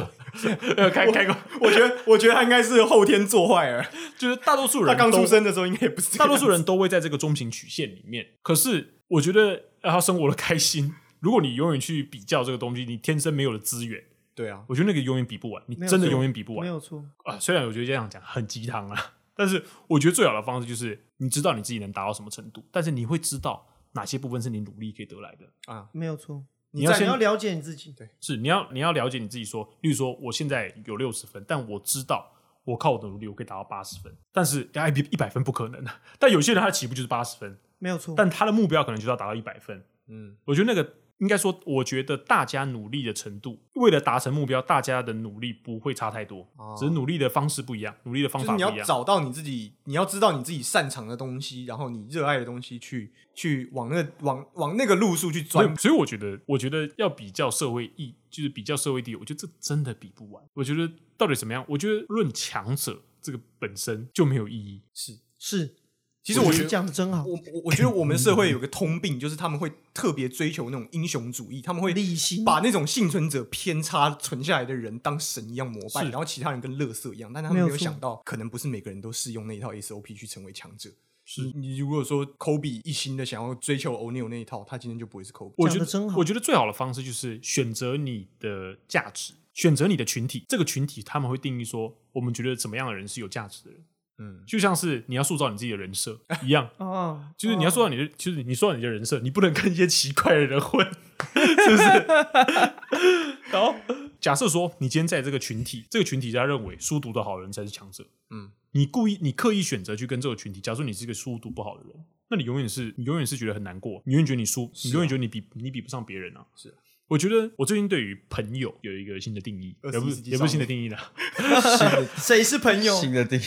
D: 呃开开个，
A: 我觉得我觉得他应该是后天做坏了，
D: 就是大多数
A: [LAUGHS] 他
D: 人
A: 刚
D: 都
A: 出生的时候应该也不是这
D: 大
A: 样。
D: 多数人都会在这个中情曲线里面。可是我觉得让他生活的开心，如果你永远去比较这个东西，你天生没有的资源，
A: 对啊，
D: 我觉得那个永远比不完，你
C: 没有
D: 真的
C: 错
D: 永远比不
C: 没
D: 完
C: 有错，
D: 啊！虽然我觉得这样讲很鸡汤啊，但是我觉得最好的方式就是你知道你自己能达到什么程度，但是你会知道哪些部分是你努力可以得来的。
A: 啊，
C: 没有错。
D: 你要
C: 在你
D: 先
C: 要了解你自己，
D: 是你要你要了解你自己说例如说我现在有六十分，但我知道我靠我的努力我可以达到八十分，但是哎比一百分不可能啊。但有些人他的起步就是八十分，
C: 没有错。
D: 但他的目标可能就是要达到一百分。
A: 嗯，
D: 我觉得那个应该说，我觉得大家努力的程度，为了达成目标，大家的努力不会差太多，
A: 哦
D: 只是努力的方式不一样，努力的方
A: 就是
D: 法不
A: 你
D: 一
A: 要
D: 样。
A: 找到你自己，你要知道你自己擅长的东西，然后你热爱的东西去去往那往往那个路数去
D: 所
A: 钻
D: 以，。所以我觉得，我觉得要比较社会意，就是比较社会地位，我觉得这真的比不完。我觉得到底怎么样？我觉得论强者这个本身就没有意义。
C: 是，
A: 其实我觉
C: 觉得
A: 得
C: 讲的真好，
A: 我我我觉得我们社会有个通病，就是他们会特别追求那种英雄主义，他们会
C: 理性
A: 把那种幸存者偏差存下来的人当神一样膜拜，
D: 是
A: 然后其他人跟垃圾一样。但他们
C: 没有
A: 没有
C: 错
A: 想到，可能不是每个人都适用那一套 SOP 去成为强者。你你如果说科比一心的想要追求 O'Neal 那一套，他今天就不会是科比。
D: 我
C: 讲
D: 觉
C: 得
D: 得
C: 真好
D: 我觉得最好的方式就是选择你的价值，选择你的群体。这个群体他们会定义说，我们觉得怎么样的人是有价值的人。
A: 嗯，
D: 就像是你要塑造你自己的人设一样，
C: 啊，
D: 就是你要
C: 啊 [LAUGHS]
D: 塑造你的，就是你塑造你的人设，你不能跟一些奇怪的人混， [LAUGHS] 是不是？ [LAUGHS] 然后假设说你今天在这个群体，这个群体他认为书读的好人才是强者，
A: 嗯，
D: 你故意你刻意选择去跟这个群体，假如说你是一个书读不好的人，那你永远是你永远是觉得很难过，你永远觉得你输，你永远觉得你比你比不上别人啊。
A: 是啊
D: 我觉得我最近对于朋友有一个新的定义，
A: 21
D: 也不
A: 世
D: 是
A: 纪
D: 也不是新
A: 少
D: 的
A: 年
D: 定义了，
C: 谁是朋友？
B: [LAUGHS] 新的定义，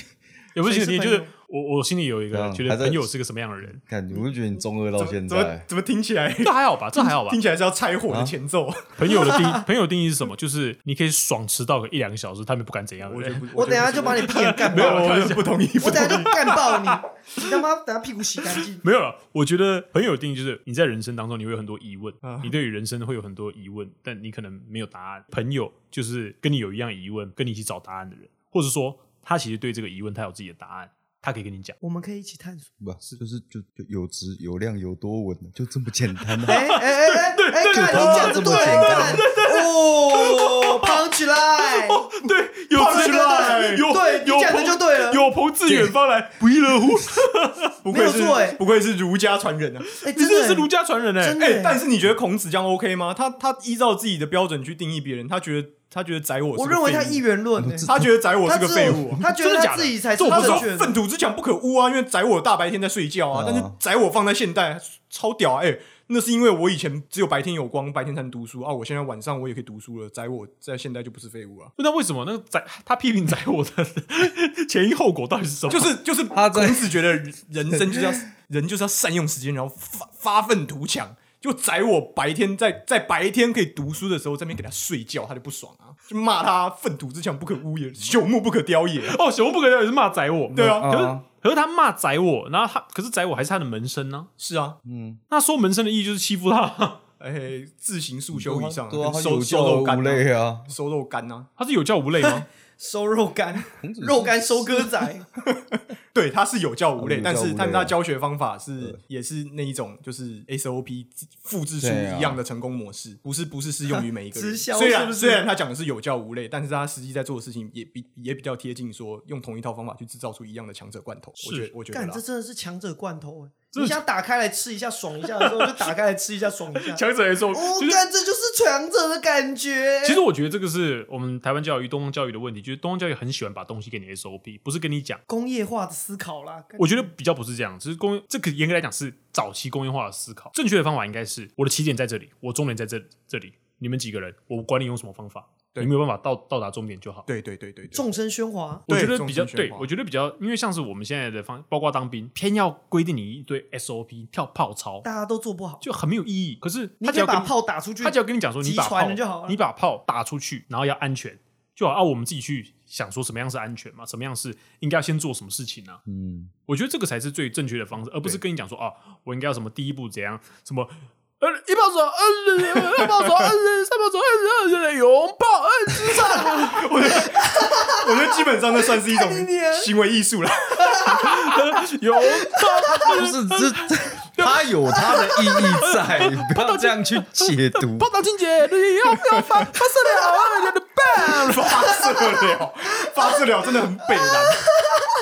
D: 也不是新的定义，
C: 谁
D: 就是
C: 朋友
D: 是我我心里有一个
B: 嗯
D: 觉
B: 还在
D: 得朋友是个什么样的人，
B: 看你会觉得你中二到
A: 怎么
B: 现
A: 怎么
B: 在，
A: 怎么听起来
D: [LAUGHS] 这还好吧，这还好
A: [LAUGHS]
D: 吧
A: 听。起来是要拆伙的前奏？
D: 朋友的定 [LAUGHS] 义朋友的定义是什么？就是你可以爽迟到个一两个小时，他们不敢怎样。
A: 我
D: 对
A: 觉得
D: 不对
A: 不，
C: 我等一下就把你屁眼干
A: 没有，
C: 爆，
A: 我是不同意。
C: 我等一下就干爆你，你他妈等一下屁股洗干净。
D: [LAUGHS] 没有了，我觉得朋友的定义就是你在人生当中你会有很多疑问，
A: 啊
D: 你对于人生会有很多疑问，但你可能没有答案。朋友就是跟你有一样疑问，跟你一起找答案的人，或者说他其实对这个疑问他有自己的答案，他可以跟你讲。
C: 我们可以一起探索。
B: 不是就是就就有质有量有多稳，就这么简单啊！
C: [LAUGHS] 哎哎哎哎哎，看你讲的对，看哦，punch line，
D: 对，有
C: 对对对对，你讲的就对了，
D: 有朋自远方来，不亦
C: [LAUGHS]
D: 乐乎。
A: 不愧
C: 没
A: 是
C: 有错欸
A: 不愧是儒家传人啊！
C: 哎，
D: 你
C: 真
D: 真的
C: 的
D: 是儒家传人哎、
C: 真的
A: 哎、
C: 欸
A: 但是你觉得孔子这样 OK 吗？他他依照自己的标准去定义别人，他觉得他觉得宰我是个
C: 我认为他
A: 废物
C: 一元论欸，
A: 他觉得宰我
C: 他
A: 是个
C: 只
A: 废物
C: 有
A: 啊。
C: 他觉
D: 真
C: 得
D: 的假
C: 他
D: 的
C: 自己才是
D: 这我不知
C: 正
D: 道
C: 确的
A: 粪。土之墙不可污啊，因为宰我大白天在睡觉啊，
B: 啊
A: 但是宰我放在现代超屌啊！哎、那是因为我以前只有白天有光，白天才能读书啊，我现在晚上我也可以读书了，宰我在现代就不是废物啊，
D: 那为什么那个宰他批评宰我的 [LAUGHS] 前因后果到底是什么？
A: 就是就是
B: 他在
A: 孔子觉得人人生就是要人就是要善用时间，然后发发愤图强。就宰我白天在在白天可以读书的时候，在那边给他睡觉，他就不爽啊，就骂他粪土之墙不可污也，朽木不可雕也啊。
D: 哦，小木不可能也是骂宰我，
A: 对啊
D: 可是、
B: 啊
D: 可是他骂宰我，然后他可是宰我还是他的门生呢、
A: 是啊，
B: 嗯，
D: 那说门生的意义就是欺负他， [LAUGHS]
A: 哎、自行速修以上、
B: 对啊，他
A: 收
B: 有
A: 收肉
B: 教
A: 干、
B: 无
A: 啊，
B: 类啊。
A: 收肉干啊，
D: 他是有教无类吗？
C: 收肉
A: [LAUGHS]
C: 干，
B: 子是
C: 肉干收割仔，
A: 对，他是有教无类，
B: 有教
A: 但是
B: 无类啊
A: 但是他教学方法是也是那一种，就是 SOP 复制出
B: 对啊
A: 一样的成功模式，不是不是适用于每一个人。
C: 直销
A: 虽
C: 是不
A: 然
C: 是
A: 虽然他讲的是有教无类，但是他实际在做的事情也比也比较贴近说用同一套方法去制造出一样的强者罐头。我
D: 是
A: 觉得我觉得
C: 干
A: 啦
C: 这，真的是强者罐头哎！
D: 真
C: 你
D: 的
C: 想打开来吃一下爽一下的时候，就打开来吃一下爽一下。
D: 强者来说，
C: 哦
D: 其，实
C: 干这就是强者的感觉。
D: 其实我觉得这个是我们台湾教育、东方教育的问题，就是东方教育很喜欢把东西给你 SOP，不是跟你讲。
C: 工业化的思考啦，
D: 我觉得比较不是这样，只是工这个严格来讲是早期工业化的思考。正确的方法应该是我的起点在这里，我终点在这这里，你们几个人，我管你用什么方法，
A: 对
D: 你没有办法到到达终点就好。
A: 对对对对对，
C: 众生喧哗，
D: 我
A: 对
D: 觉得比较
A: 众生喧
D: 对
A: 哗，
D: 我觉得比较，因为像是我们现在的方，包括当兵，偏要规定你一堆 SOP 跳炮操，
C: 大家都做不好，
D: 就很没有意义。可是
C: 你
D: 他
C: 可
D: 只
C: 以
D: 要跟
C: 把炮打出去，
D: 他只要跟你讲说，你
C: 击
D: 把
C: 穿
D: 炮
C: 了就好了
D: 你把炮打出去，然后要安全就好。啊，我们自己去想说什么样是安全嘛，什么样是应该要先做什么事情呢、
B: 嗯，
C: [LAUGHS]
D: 我觉得这个才是最正确的方式，而不是跟你讲说啊，我应该要什么第一步怎样，什么呃一炮手，呃二炮手，呃三炮手，呃二人拥抱，呃之上。
A: 我觉得基本上那算是一种
C: 看你啊
A: 行为艺术啦。
D: 有
B: 不是这
C: [LAUGHS]
B: 这，它有它的意义在，你不要这样去解读。
D: 报道情节，你要不要发发射了啊？你的
A: 发射了，发射了，真的很北南，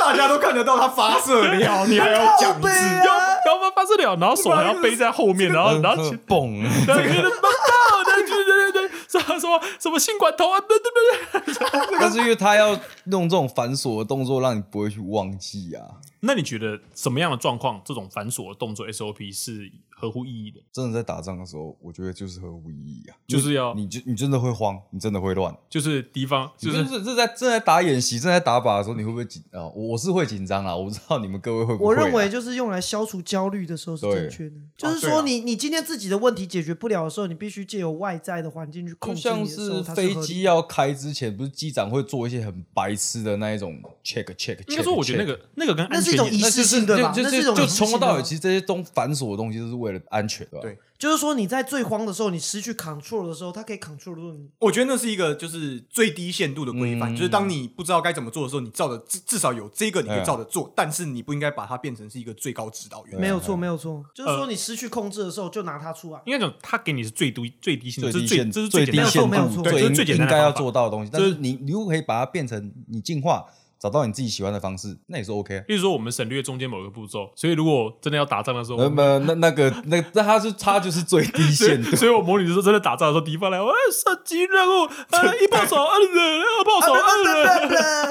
A: 大家都看得到他发射了，你还要
C: [LAUGHS]
A: 讲一
C: 背
A: 次？
D: 要
C: 啊，
D: 要不要发射了？然后手还要背在后面，然
C: 嗯
D: 后然后 [LAUGHS] 前
B: 蹦，
D: 然后觉得妈妈的，对对对对，什么什么什么性管头啊，对对对对。
B: [LAUGHS] 但是因为它要弄这种繁琐的动作，让你不会去忘记啊。
D: 那你觉得什么样的状况，这种繁琐的动作 SOP 是合乎意义的？
B: 真的在打仗的时候，我觉得就是合无意义啊，
D: 就是要
B: 你就你真的会慌，你真的会乱。
D: 就是敌方就
B: 就是是这在正在打演习、正在打靶的时候，你会不会紧啊？我我是会紧张啦，我不知道你们各位会不会啊。
C: 我认为就是用来消除焦虑的时候是正确的，就是
A: 对
C: 说
A: 啊
C: 你你今天自己的问题解决不了的时候，你必须借由外在的环境去控
B: 就
C: 制
B: 像
C: 你的时候，
B: 是
C: 它
B: 飞
C: 合理
B: 机要开之前，不是机长会做一些很白痴的那一种 check check check。
D: 应该说，我觉得那个那个跟
C: 那
D: 安
C: 是一
D: 全
C: 种
D: 也
C: 仪
B: 那就
C: 式
B: 是
C: 性的吧，
B: 就
C: 那
B: 就是
C: 一
B: 就
C: 种
B: 就
C: 仪式性
B: 从
C: 的
B: 头到
C: 吧
B: 尾，其实这些东繁琐的东西都是为了安全，对吧？
A: 对
C: 就是说你在最慌的时候，你失去 control 的时候，它可以 control 住你。
A: 我觉得那是一个就是最低限度的规
B: 嗯
A: 范，就是当你不知道该怎么做的时候，你照着至至少有这个
C: 哎
A: 你就照着做，但是你不应该把它变成是一个最高指导员。
C: 没有错，没有错，就是说你失去控制的时候，就拿它出来。
D: 应该讲他给呃你是最低最低限度，这
B: 低
D: 是最
B: 限，
D: 这是
B: 最
D: 简
B: 低
D: 单的
B: 限
C: 没有
B: 度，
C: 错
D: 对这
B: 最
D: 是最
B: 应
D: 简单
B: 应
D: 的
B: 该要
D: 方法
B: 做到的东西。但
D: 就是
B: 是你你如果可以把它变成你进化，找到你自己喜欢的方式，那也是 OK 啊。
D: 例如说，我们省略中间某个步骤，所以如果真的要打仗的时候，
B: 那么那那个那那他是他就是最低限
D: [LAUGHS]
B: 度，
D: 所以我模拟的时候真的打仗的时候，敌方来，我射击任务，呃，一炮手，呃，二炮手，呃，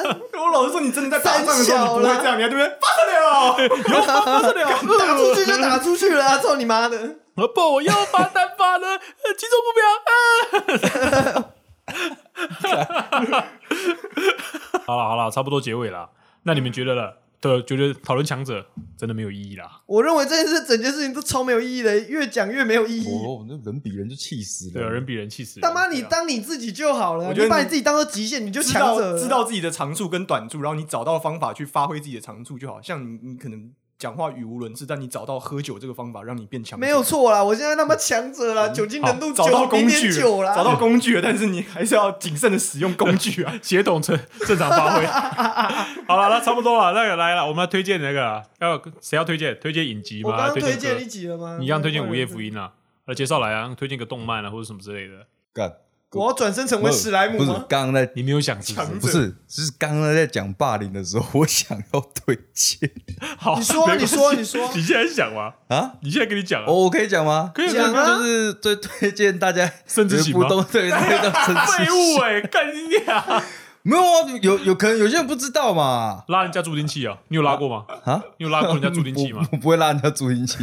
B: 啊
C: 啊
A: 我老实说，你真的在打仗的时候，你不会这样，你还对不对？发射了，哦
C: [LAUGHS]
D: 有法不得了，
C: 打出去就打出去了啊！操你妈的！
D: 呃不，我又罚单罚了， [LAUGHS] 呃集中目标。啊、 [LAUGHS] 好了好了，差不多结尾了。那你们觉得了？对，觉得讨论强者真的没有意义啦。
C: 我认为这件事整件事情都超没有意义的，越讲越没有意义。
B: 我哦那人比人就气死了，
D: 对啊，人比人气死人。
C: 他妈，你
D: 对啊
C: 当你自己就好了，
A: 我觉得
C: 你把
A: 你
C: 你自己当做极限，你就
A: 知
C: 强者
A: 道
C: 了
A: 知道自己的长处跟短处，然后你找到方法去发挥自己的长处就好。像你，你可能讲话语无伦次，但你找到喝酒这个方法，让你变强者。
C: 没有错啦，我现在他妈强者啦，酒精浓度
A: 嗯找
C: 九
A: 到
C: 零
A: 工具
C: 点
A: 了
C: 九啦，
A: 找到工具了，但是你还是要谨慎的使用工
C: [LAUGHS]
A: 具啊。
D: 协同正正常发挥。好了，那差不多了。那个来了，我们要推荐那个啊要谁要推荐？推荐影集
C: 我
D: 吗？
C: 刚刚推
D: 推荐
C: 荐
D: 歌
C: 一集了吗？
D: 你一样推荐《午夜
C: 音。
D: 福音》啊？呃，介绍来啊，推荐个动漫啊，或者什么之类的。
B: 干。
C: [LAUGHS] 我要转身成为史莱姆
B: 不是
C: 吗？
B: 刚刚在
D: 你没有想是不是
A: 强
B: 不是，是刚刚在讲霸凌的时候，我想要推荐
D: 好，
C: 你说啊
D: 没关系
C: 你说啊你说啊
D: [LAUGHS] 你现在想吗？
B: 啊。
D: 你现在跟你讲啊
B: 我、，我可以讲吗？
D: 可以
C: 讲啊
B: 就是最 [LAUGHS] 推荐大家
D: 甚至
B: 有一
D: 喜
B: 部
D: 吗
B: 动对对
D: [LAUGHS]
B: 到甚至
D: 废
B: 喜
D: 物哎，干你啊！
B: 没有啊，有有可能有些人不知道嘛
D: 拉人家助听器啊？你有拉过吗？
B: 啊，
D: 你有拉过人家助听器
B: 我
D: 吗？
B: 我不会拉人家助听
D: [LAUGHS]
B: 器，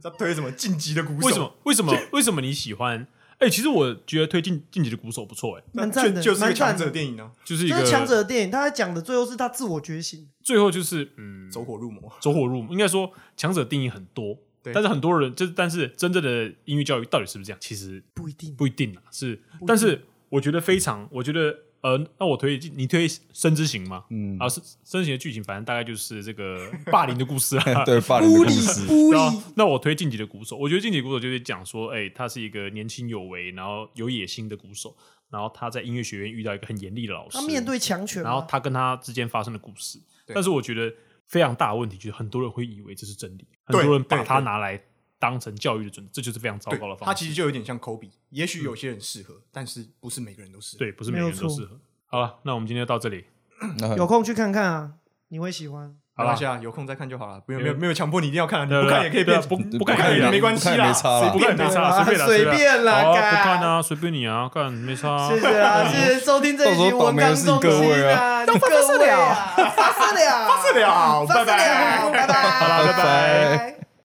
A: 在推什么晋级的鼓手？
D: 为什么？为什么？为什么你喜欢？哎，其实我觉得推进《晋级的鼓手》不错哎，
A: 那
C: 蛮
A: 就？
C: 赞的，
A: 就是个
C: 蛮
A: 强
C: 赞
A: 者
C: 的。
A: 电影啊，
D: 就是一
C: 这
D: 个
C: 是强者的电影，他在讲的最后是他自我觉醒。
D: 最后就是嗯，
A: 走火入魔。
D: 走火入魔。应该说强者定义很多，
A: 对
D: 但是很多人就是，但是真正的英语教育到底是不是这样？其实
C: 不一定，
D: 不一定啊，是，但是我觉得非常，我觉得呃，那我推你推《生之行》吗？嗯，啊，《生生之行》的剧情反正大概就是这个霸凌的故事啊。
B: 对霸凌的
C: 不
B: 故
C: 理
B: 事，
C: 不
D: 然后
C: 理，
D: 那我推《晋级的鼓手》，我觉得《晋级的鼓手》就是讲说，哎、他是一个年轻有为，然后有野心的鼓手，然后他在音乐学院遇到一个很严厉的老师，
C: 他面对强权嘛，
D: 然后他跟他之间发生的故事。
A: 对
D: 但是我觉得非常大的问题就是，很多人会以为这是真理，很
A: 对
D: 多人把
A: 对
D: 它
A: 对
D: 拿来当成教育的准则，这就是非常糟
A: 对
D: 糕的，方
A: 他
D: 式。
A: 其实就有点像科比，也许有些人适合，但是不是每个人都适合。
D: 嗯对，不是每个
C: 没有
D: 人都
C: 错
D: 适合。好了，那我们今天就到这里。
B: [LAUGHS] 那
C: 有空去看看啊，你会喜欢。
A: 没
D: 好
A: 关
D: 啦
A: 系啊，有空再看就好了，不用
D: 因
A: 没
D: 为
A: 有没有强迫你一定要看啊，
D: 对
A: 你
D: 啊
A: 不看也可以
D: 对
A: 变
D: 啊，不不
B: 不
D: 看
B: 看
D: 也
B: 也
A: 没关系
B: 不看也
A: 啦，
B: 没差啦
A: 随
D: 不
A: 便
D: 看
A: 啦
D: 没差啦，随便啦，
C: 随便啦
D: 好啊
C: 干
D: 不看啊，随便你啊，干没差啊。
C: 谢谢啦，谢谢收听这一集《文
B: 到
C: 纲中
B: 时候倒霉的是
C: 心
B: 你》
C: 啊，你各位啊，发射了，发射了，
A: 受不了，
C: 发
A: 拜
C: 射
A: 拜
C: 了，。拜拜，
D: 好啦拜
B: 拜。